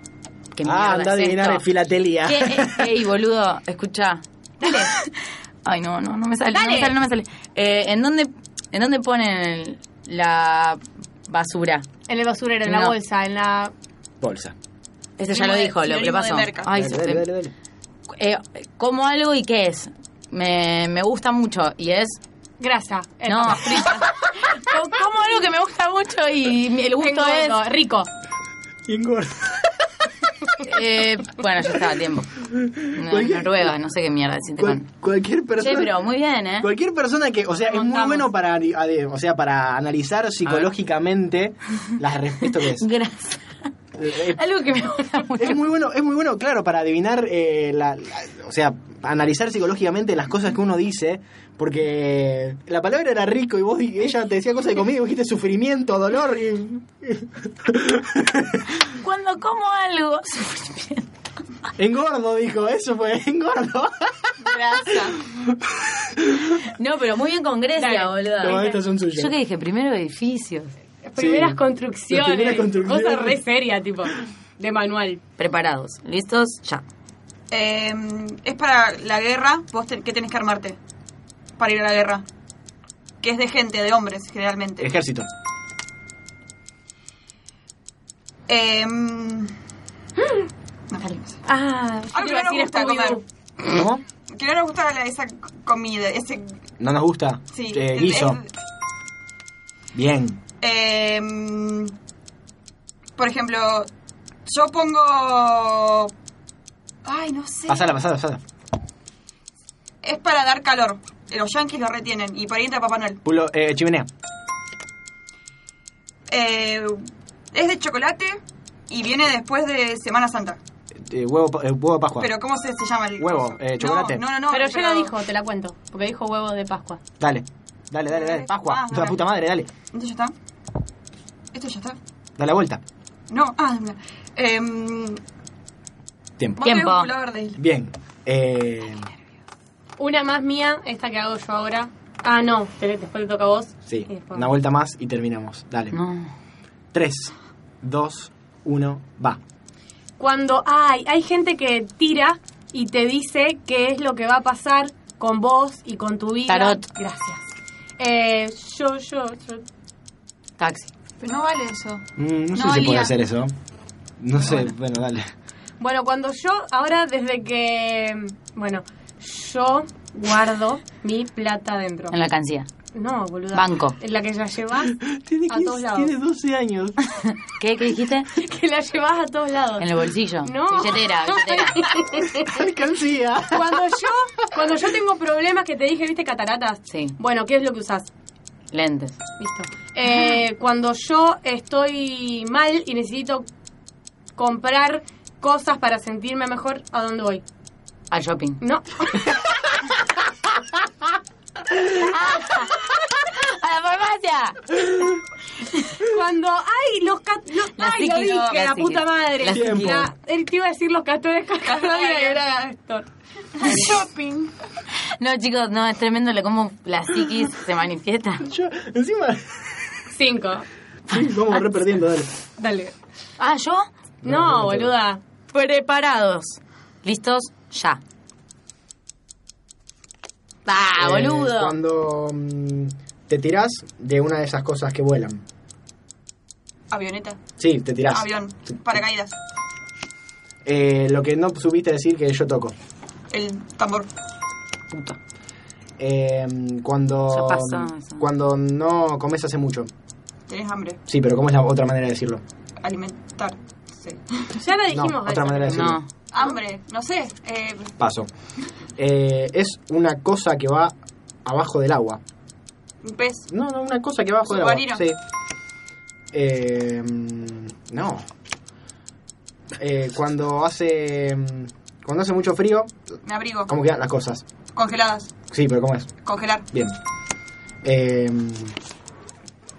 D: ¿Qué mierda
B: Ah, anda a
D: es
B: adivinar
D: esto?
B: en filatelía.
D: ¿Qué? Eh, Ey, boludo, escucha. Dale. Ay, no, no, no me sale, no me
A: Dale.
D: sale, no me sale. Eh, ¿en, dónde, ¿En dónde ponen el- la basura?
A: En el basurero, en la
D: No.
A: bolsa, en la...
B: Bolsa.
D: Ese ya lo
C: Sinónimo de-
D: dijo, lo que
C: sinónimo de
D: pasó.
C: merca.
D: Ay,
B: dale,
D: se-
B: dale, dale, dale.
D: eh, como algo y qué es. Me, me gusta mucho y es...
A: Grasa. Eh,
D: No, frita. Co- como algo que me gusta mucho y mi- el gusto es...
A: engordo, Rico.
B: Bien gordo.
D: Eh, bueno, ya estaba a tiempo. No,
B: Cualquier-
D: Noruega, no sé qué mierda deciste
B: Cual-
D: con...
B: cualquier
D: Che,
B: persona.
D: pero muy bien, ¿eh?
B: Cualquier persona que, o sea, es muy
A: Montamos.
B: bueno para, ani- ade- o sea, para analizar psicológicamente las respuestas que es.
D: Gracias.
B: Eh,
D: Algo que me gusta mucho.
B: Es muy bueno, es muy bueno, claro, para adivinar, eh, la, la- o sea, analizar psicológicamente las cosas que uno dice, porque la palabra era rico y vos di- ella te decía cosas de comida y vos dijiste sufrimiento, dolor y
D: Cuando como algo... sufrimiento.
B: engordo dijo, eso fue engordo.
C: Grasa.
D: No, pero muy bien con Grecia,
A: Dale.
B: No,
D: boludo.
B: estas son suyas.
D: Yo que dije, primero edificios.
A: Primeras
B: Sí.
A: construcciones.
B: Las primeras construcciones.
A: Cosa re seria, tipo. De manual.
D: Preparados. ¿Listos? Ya.
C: Eh, es para la guerra. ¿Vos te- qué tenés que armarte para ir a la guerra? Que es de gente, de hombres, generalmente.
B: Ejército.
C: Eh, no,
A: Ah,
C: Algo que no nos gusta comer.
B: ¿No?
C: que no nos gusta la- esa comida, ese...
B: No nos gusta.
C: Sí.
B: Eh,
C: es-
B: guiso.
C: es-
B: Bien.
C: Eh, por ejemplo, yo pongo... Ay, no sé.
B: Pasala, pasala, pasala.
C: Es para dar calor. Los yanquis lo retienen. Y por ahí entra Papá Noel.
B: Pulo, eh, chimenea.
C: Eh, es de chocolate y viene después de Semana Santa.
B: Eh, huevo, pa- eh, huevo de Pascua.
C: Pero ¿cómo se, se llama el
B: Huevo,
C: coso?
B: eh, chocolate.
C: No, no, no, no.
A: pero yo lo dijo, te la cuento. Porque dijo huevos de Pascua.
B: Dale. Dale, dale, dale. Pascua.
C: Ah,
B: la
C: dale.
B: puta madre, dale.
C: ¿Esto ya está? ¿Esto ya está?
B: Da la vuelta.
C: No, ah, mira. Eh, vos
B: Tiempo.
C: tenés
D: Tiempo.
C: un pullover de él.
B: Bien. Eh,
A: Una más mía, esta que hago yo ahora. Ah, no, te- después te toca a vos.
B: sí.
A: Y después-
B: Una vuelta más y terminamos. Dale.
D: No.
B: 3, 2, 1, va.
A: Cuando hay, hay gente que tira y te dice qué es lo que va a pasar con vos y con tu vida.
D: Tarot.
A: Gracias. Eh, yo, yo, yo.
D: Taxi.
C: Pero no vale eso.
B: Mm, no sé si
C: No,
B: se puede
C: Lía.
B: hacer eso. No sé, bueno, dale.
A: Bueno, cuando yo, ahora desde que, bueno, yo guardo mi plata dentro.
D: En la cancilla.
A: No, boluda.
D: Banco.
A: La que la llevas
B: Tiene,
A: a todos lados.
B: 12 años.
D: ¿Qué, ¿Qué dijiste?
A: Que la llevas a todos lados.
D: En el bolsillo.
A: No.
D: Billetera, billetera.
B: Alcancía.
A: Cuando yo, cuando yo tengo problemas que te dije, ¿viste cataratas?
D: Sí.
A: Bueno, ¿qué es lo que usás?
D: Lentes.
A: Listo. Eh, cuando yo estoy mal y necesito comprar cosas para sentirme mejor, ¿a dónde voy?
D: Al shopping.
A: No.
D: ¡A la farmacia!
A: Cuando. ¡Ay! Los cat. los-
D: La
A: ¡Ay! Lo
D: psiquis,
A: dije,
D: la
A: la,
D: psiquis.
A: puta madre.
D: La
B: psiquis.
A: La- él te iba a decir los castores Cascadia y era Astor.
C: Shopping.
D: No, chicos, no, es tremendo lo como la psiquis se manifiesta.
B: Yo, encima.
A: Cinco.
B: Sí, vamos re perdiendo, dale.
A: Dale.
D: Ah, ¿yo?
A: No, boluda.
D: Preparados. ¿Listos? Ya. ¡Ah,
B: Eh,
D: boludo!
B: Cuando mm, te tirás de una de esas cosas que vuelan.
C: Avioneta.
B: Sí, te tirás.
C: Avión. Paracaídas.
B: Eh, lo que no supiste decir que yo toco.
C: El tambor.
D: Puta.
B: Eh, cuando.
D: Ya pasó eso.
B: Cuando no comes hace mucho.
C: Tenés hambre.
B: Sí, pero ¿cómo es la otra manera de decirlo?
C: Alimentar. Sí.
A: Ya la
B: No,
A: dijimos.
B: otra
A: esa.
B: manera de decirlo.
D: No.
C: Hambre. No sé. Eh,
B: Paso. Eh, es una cosa que va abajo del agua.
C: un pez.
B: No, no, una cosa que va abajo del
C: Submarino.
B: agua. Sí. Eh, mm, no. Eh, cuando hace. mm, Cuando hace mucho frío,
C: Me abrigo.
B: ¿cómo quedan las cosas?
C: Congeladas.
B: Sí, pero ¿cómo es?
C: Congelar.
B: Bien. Eh,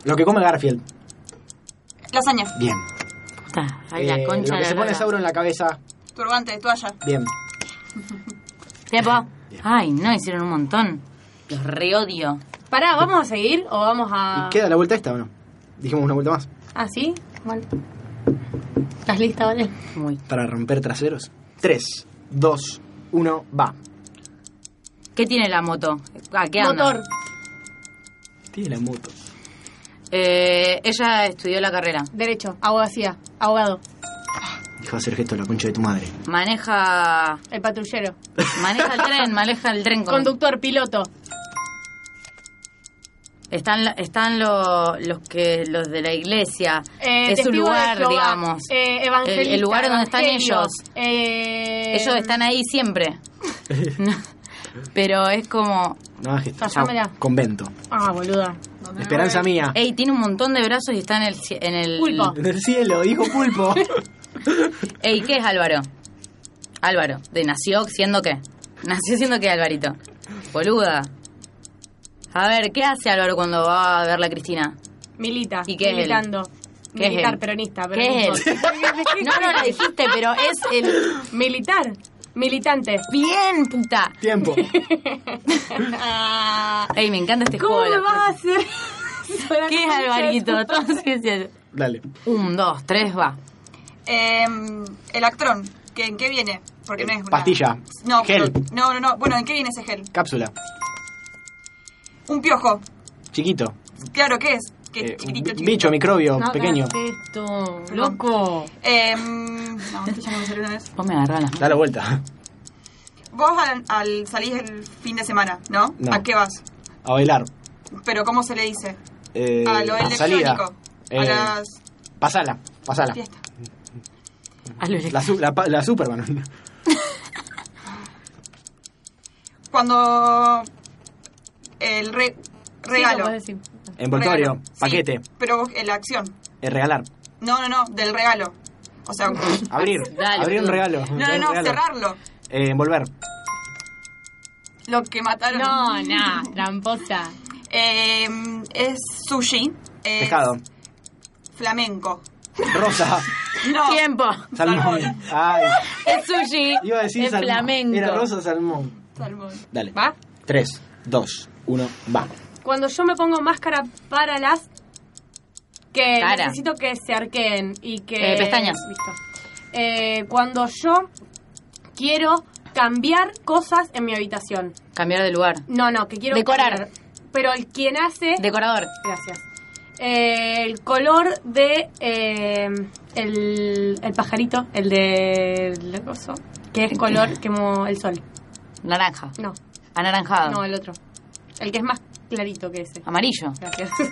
B: lo que come Garfield.
C: Lasaña.
B: Bien.
D: Puta.
B: Eh,
D: Ay, la concha
B: lo que
D: de la
B: se pone
D: lora.
B: Sauro en la cabeza.
C: Turbante. Toalla.
B: Bien.
D: Tiempo.
B: Bien.
D: Ay, no, hicieron un montón. Los reodio.
A: Pará, ¿vamos a seguir o vamos a.?
B: ¿Y queda la vuelta esta o no? Dijimos una vuelta más.
A: ¿Ah, sí? Bueno. ¿Estás lista, vale?
D: Muy.
B: Para romper traseros. 3, 2, 1, va.
D: ¿Qué tiene la moto? ¿A qué anda?
A: Motor.
B: Tiene la moto.
D: Eh, ella estudió la carrera.
A: Derecho. Abogacía. Abogado.
B: Deja de hacer gesto la concha de tu madre.
D: Maneja.
A: El patrullero.
D: Maneja el tren, maneja el tren. con-
A: Conductor. Piloto.
D: Están, están lo- los que los de la iglesia.
A: Eh,
D: es su
A: testigo de
D: lugar,
A: Jehová,
D: digamos.
A: eh, evangelista,
D: El- el lugar donde están
A: evangelio,
D: ellos.
A: eh,
D: Ellos están ahí siempre. No, Pero es como.
B: No hagas gesto.
A: Pasámela.
B: Chao. Convento.
A: Ah, boluda.
B: Esperanza mía.
D: Ey, tiene un montón de brazos y está en el. cie- En el
A: Ah. Pulpo.
B: En el cielo, dijo pulpo.
D: Ey, ¿qué es Álvaro? Álvaro, de nació siendo qué? Nació siendo qué, Alvarito. Boluda. A ver, ¿qué hace Álvaro cuando va a ver la Cristina?
A: Milita.
D: ¿Y qué es él?
A: militando.
D: ¿Qué es
A: Militar,
D: él?
A: peronista.
D: ¿Qué es él? No, no la dijiste, pero es el.
A: Militar. Militante.
D: Bien, puta.
B: Tiempo.
D: Ey, me encanta este
A: Ah. ¿Cómo
D: juego. de
A: me
D: la
A: vas a hacer?
D: puta. ¿Qué es Alvarito? Entonces, el-
B: Dale.
D: un, dos, tres, va.
C: Eh, el actrón. ¿Qué, ¿En qué viene? Porque no es una...
B: Pastilla.
C: No,
B: Gel.
C: pero- no, no, no. Bueno, ¿en qué viene ese gel?
B: Cápsula.
C: Un piojo.
B: Chiquito.
C: Claro, ¿qué es? Que
B: Eh,
C: chiquitito,
B: bi-
C: chiquitito.
B: bicho, microbio,
A: No,
B: pequeño.
A: hagas Esto, loco.
C: Eh, no, esto ya no me salió una vez.
D: Vos me agarrás las manos.
B: Da la vuelta.
C: Vos al, al salir el fin de semana, ¿no?
B: No.
C: ¿A qué vas?
B: A bailar.
C: Pero ¿cómo se le dice?
B: Eh,
C: a Ah, lo
B: salida.
C: electrónico.
B: Eh,
C: a las
B: Pasala, pasala.
C: fiestas.
D: A lo electro-
B: La, su- la, pa- la Superman.
C: Cuando el re-
A: Sí, lo
C: regalo.
A: podés decir.
B: Envoltorio,
C: Regalo. Sí,
B: paquete,
C: pero vos- en la acción.
B: eh, regalar,
C: No, no, no, del regalo. O sea, no,
B: abrir,
D: Dale,
B: abrir un
D: boludo.
B: regalo.
C: no,
B: un
C: no,
B: regalo.
C: cerrarlo.
B: Eh, envolver,
C: Lo que mataron.
A: No, nah, tramposa.
C: Eh, es sushi. Es
B: pescado,
C: Flamenco.
B: rosa,
C: No.
D: Tiempo.
B: salmón. Ay,
D: Es sushi.
B: iba a decir
D: es
B: salmón.
D: flamenco.
B: Era rosa, salmón.
C: Salmón.
B: Dale.
A: ¿Va?
B: 3, 2, 1, va.
A: Cuando yo me pongo máscara para las que
D: Cara.
A: necesito que se arqueen y que
D: Eh, pestañas.
A: Listo. Eh, cuando yo quiero cambiar cosas en mi habitación.
D: Cambiar de lugar.
A: No, no, que quiero
D: Decorar.
A: cambiar. Pero el quien hace
D: Decorador.
A: gracias. Eh, el color de eh, el, el pajarito, el de el coso, que es color como el sol.
D: Naranja.
A: No,
D: Anaranjado.
A: no el otro. El que es más clarito que ese.
D: Amarillo.
A: Gracias.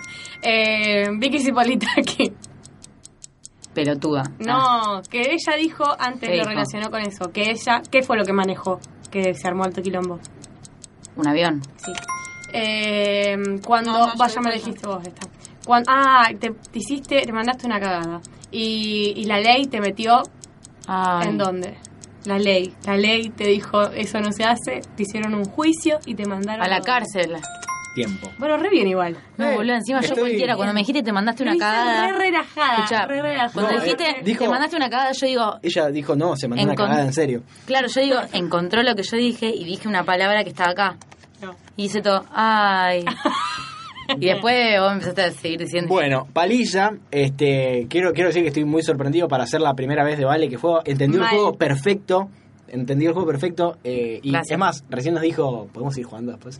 A: Eh, Vicky Cipolitaki.
D: Pelotuda.
A: No,
D: Ah.
A: que ella dijo, antes
D: ¿Qué
A: lo
D: dijo?
A: relacionó con eso, que ella, ¿qué fue lo que manejó? Que se armó alto quilombo.
D: Un avión.
A: Sí. Eh, cuando.
C: No, no, yo
A: vaya,
C: digo
A: me
C: yo.
A: dijiste vos esta. Cuan- ah, te, te hiciste, te mandaste una cagada. Y, y la ley te metió.
D: Ay.
A: ¿En dónde? La ley. La ley te dijo, eso no se hace. Te hicieron un juicio y te mandaron.
D: A la
A: dónde?
D: cárcel.
B: Tiempo.
A: Bueno, re bien igual.
D: No,
B: Eh,
D: boludo, encima yo
B: estoy-
D: cualquiera. Cuando me dijiste te mandaste
A: Lo
D: una
A: hice
D: cagada.
A: Re relajada.
D: Escuchá,
A: re relajada.
D: cuando
B: No,
D: dijiste
B: eh, dijo-
D: te mandaste una cagada, yo digo.
B: Ella dijo, no, se mandó una
D: Encon-
B: cagada, en serio.
D: Claro, yo digo, encontró lo que yo dije y dije una palabra que estaba acá.
A: No.
D: Y hice todo, ay. Y después vos empezaste a seguir diciendo.
B: Bueno, Palilla, este, quiero, quiero decir que estoy muy sorprendido para ser la primera vez de Vale que fue, entendió
A: Mal.
B: el juego perfecto, entendió el juego perfecto, eh, y
D: Gracias.
B: es más, recién nos dijo, podemos ir jugando después,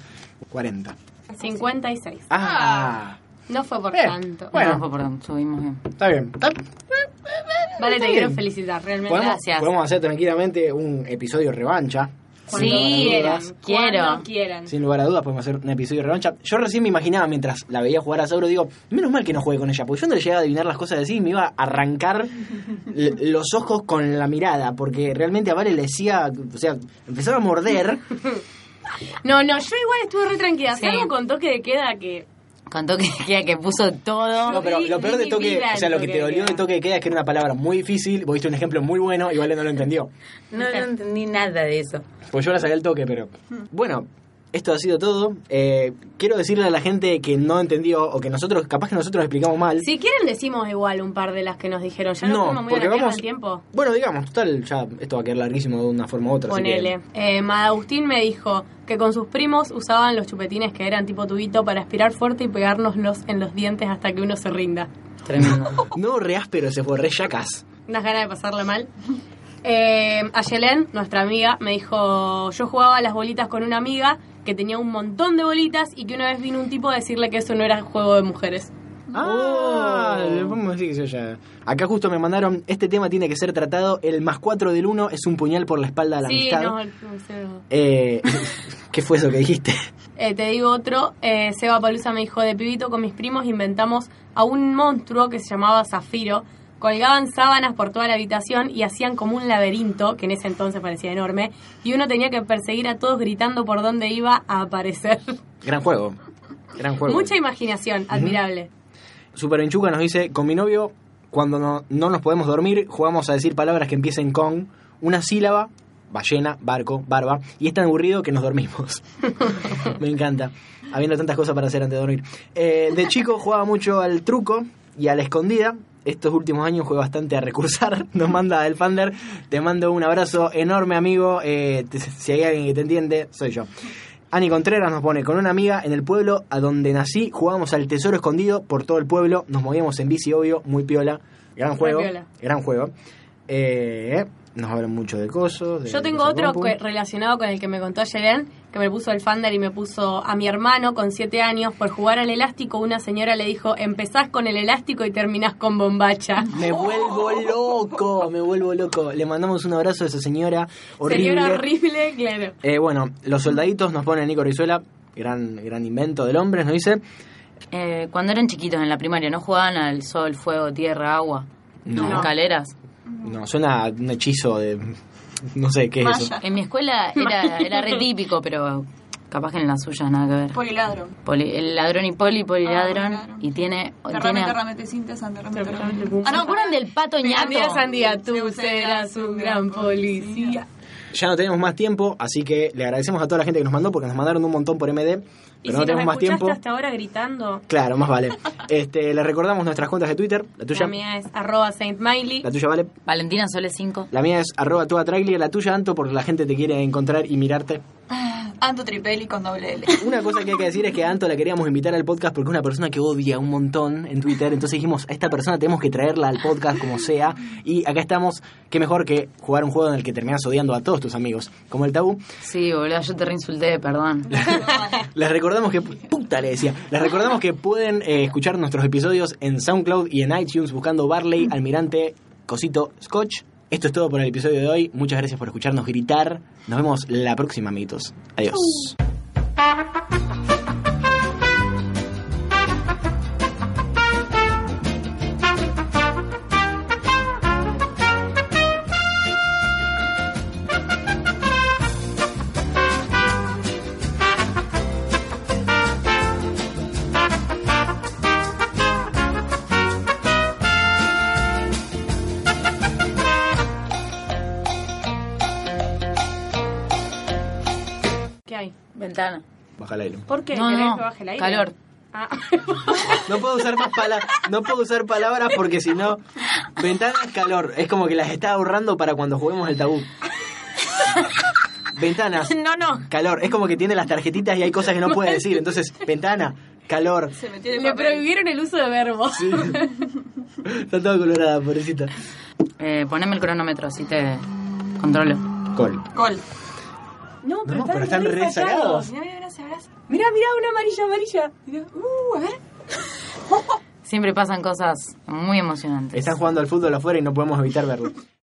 B: 40.
A: 56.
B: Ah,
A: No fue por
B: Eh,
A: tanto.
B: bueno.
D: No, fue por- subimos bien.
B: está bien. Está-
A: vale,
B: está
A: te quiero
B: bien.
A: felicitar, realmente.
B: ¿Podemos,
D: gracias.
B: podemos hacer tranquilamente un episodio revancha.
A: Cuando
D: Sí, eh,
A: quieran.
D: quiero.
A: Cuando quieran.
B: Sin lugar a dudas, podemos hacer un episodio de revancha. Yo recién me imaginaba mientras la veía jugar a Sauro, digo, menos mal que no juegue con ella, porque yo no le llegaba a adivinar las cosas de sí, me iba a arrancar l- los ojos con la mirada, porque realmente a Vale le decía, o sea, empezaba a morder.
A: No, no, yo igual estuve re tranquila.
D: Sí.
A: Salvo con toque de queda que.
D: Contó que, que, que puso todo.
B: No, pero lo peor de toque, o sea, lo que te dolió de toque de queda es que era una palabra muy difícil, vos viste un ejemplo muy bueno y Vale no lo entendió.
D: No, no entendí nada de eso.
B: Pues yo la sabía al toque, pero. Bueno, esto ha sido todo. Eh, quiero decirle a la gente que no entendió o que nosotros, capaz que nosotros explicamos mal.
A: Si quieren, decimos igual un par de las que nos dijeron. Ya no fuimos muy a la mierda en tiempo.
B: Bueno, digamos, total, ya esto va a quedar larguísimo de una forma u otra. así que-
A: Ponele. Eh, Madagustín me dijo que con sus primos usaban los chupetines que eran tipo tubito para aspirar fuerte y pegárnoslos en los dientes hasta que uno se rinda.
D: Tremendo.
B: No, re áspero, se fue re yacas.
A: Unas ganas de pasarla mal. Eh, Ayelen, nuestra amiga, me dijo, yo jugaba a las bolitas con una amiga que tenía un montón de bolitas y que una vez vino un tipo a decirle que eso no era juego de mujeres.
B: Ah, le podemos decir que se haya- Acá justo me mandaron, este tema tiene que ser tratado, el más 4 del 1 es un puñal por la espalda a la
A: sí,
B: amistad.
A: no, no sé, no.
B: Eh, ¿Qué fue eso que dijiste?
A: Eh, te digo otro, eh, Seba Palusa me dijo, de pibito con mis primos inventamos a un monstruo que se llamaba Zafiro. Colgaban sábanas por toda la habitación y hacían como un laberinto, que en ese entonces parecía enorme, y uno tenía que perseguir a todos gritando por dónde iba a aparecer.
B: Gran juego. Gran juego.
A: Mucha imaginación, admirable.
B: Super Enchuca nos dice, con mi novio, cuando no, no nos podemos dormir, jugamos a decir palabras que empiecen con una sílaba, ballena, barco, barba, y es tan aburrido que nos dormimos. Me encanta, habiendo tantas cosas para hacer antes de dormir. Eh, de chico jugaba mucho al truco y a la escondida. Estos últimos años jugué bastante a recursar. Nos manda el Fander. Te mando un abrazo enorme, amigo. Eh, te- si hay alguien que te entiende, soy yo. Ani Contreras nos pone, con una amiga en el pueblo a donde nací, jugábamos al tesoro escondido por todo el pueblo, nos movíamos en bici, obvio, muy piola. Gran juego.
A: piola.
B: Gran juego. Eh, nos hablan mucho de cosas. de
A: Yo tengo
B: cosas
A: otro
B: compu.
A: que- relacionado con el que me contó Yeren, que me puso el Fander y me puso a mi hermano con 7 años por jugar al elástico. Una señora le dijo, empezás con el elástico y terminás con bombacha.
B: Me vuelvo loco, me vuelvo loco. Le mandamos un abrazo a esa señora horrible.
A: Señora horrible, claro.
B: Eh, bueno, los soldaditos nos ponen Nico Rizuela, gran, gran invento del hombre, nos dice.
D: Eh, cuando eran chiquitos en la primaria, ¿no jugaban al sol, fuego, tierra, agua?
B: No.
D: Las Escaleras.
B: No, suena a un hechizo de. No sé qué es eso.
C: Maya.
D: En mi escuela era, era re típico, pero capaz que en la suya nada que ver.
C: Poliladro.
D: Poli- el ladrón y poli, poliladrón.
C: Ah, claro.
D: Y tiene.
C: Derrame,
D: tiene
C: derrame, cinta, santa, derrame, derrame.
D: Ah, no, ¿acuerdan del pato ñato?
A: Sandía, Sandía, tú serás un gran policía.
B: Ya no tenemos más tiempo, así que le agradecemos a toda la gente que nos mandó porque nos mandaron un montón por MD,
A: Y
B: pero
A: si
B: no
A: nos
B: tenemos más
A: escuchaste
B: tiempo.
A: hasta ahora gritando,
B: Claro, más vale. Este, le recordamos nuestras cuentas de Twitter, la
A: la
B: tuya,
A: mía es arroba Saint Miley.
B: la tuya vale.
D: Valentina Sole 5.
B: La mía es arroba tu la tuya Anto, porque la gente te quiere encontrar y mirarte.
C: Ah, Anto Tripelli con doble L.
B: Una cosa que hay que decir es que a Anto la queríamos invitar al podcast porque es una persona que odia un montón en Twitter. Entonces dijimos, a esta persona tenemos que traerla al podcast como sea. Y acá estamos, qué mejor que jugar un juego en el que terminas odiando a todos tus amigos, como el tabú.
D: Sí, boludo, yo te reinsulté, perdón.
B: Les recordamos que. Puta, le decía. Les recordamos que pueden eh, escuchar nuestros episodios en SoundCloud y en iTunes buscando Barley, Almirante, Cosito, Scotch. Esto es todo por el episodio de hoy. Muchas gracias por escucharnos gritar. Nos vemos la próxima, amiguitos. Adiós.
A: hay?
D: Ventana.
B: Baja el aire.
A: ¿Por qué?
D: No,
A: ¿Querés
D: no,
A: que baje el aire?
D: calor.
A: Ah.
B: No puedo usar más pala no puedo usar palabras porque si no ventana calor, es como que las está ahorrando para cuando juguemos el tabú. Ventanas,
A: no, no.
B: calor, es como que tiene las tarjetitas y hay cosas que no puede decir, entonces ventana, calor.
C: Se metió en el
A: Le
C: papel.
A: prohibieron el uso de verbos.
B: Sí. Está toda colorada, pobrecita.
D: Eh, poneme el cronómetro, así te controlo.
B: Col.
C: Col.
A: No, pero,
B: No, pero
A: están,
B: están
A: re
B: re
A: sacados.
B: sacados.
C: Mirá, mirá, mirá, se abraza.
A: Mirá, mirá, una amarilla, amarilla. Mirá.
C: Uh, a ver.
D: Siempre pasan cosas muy emocionantes.
B: Están jugando al fútbol afuera y no podemos evitar verlo.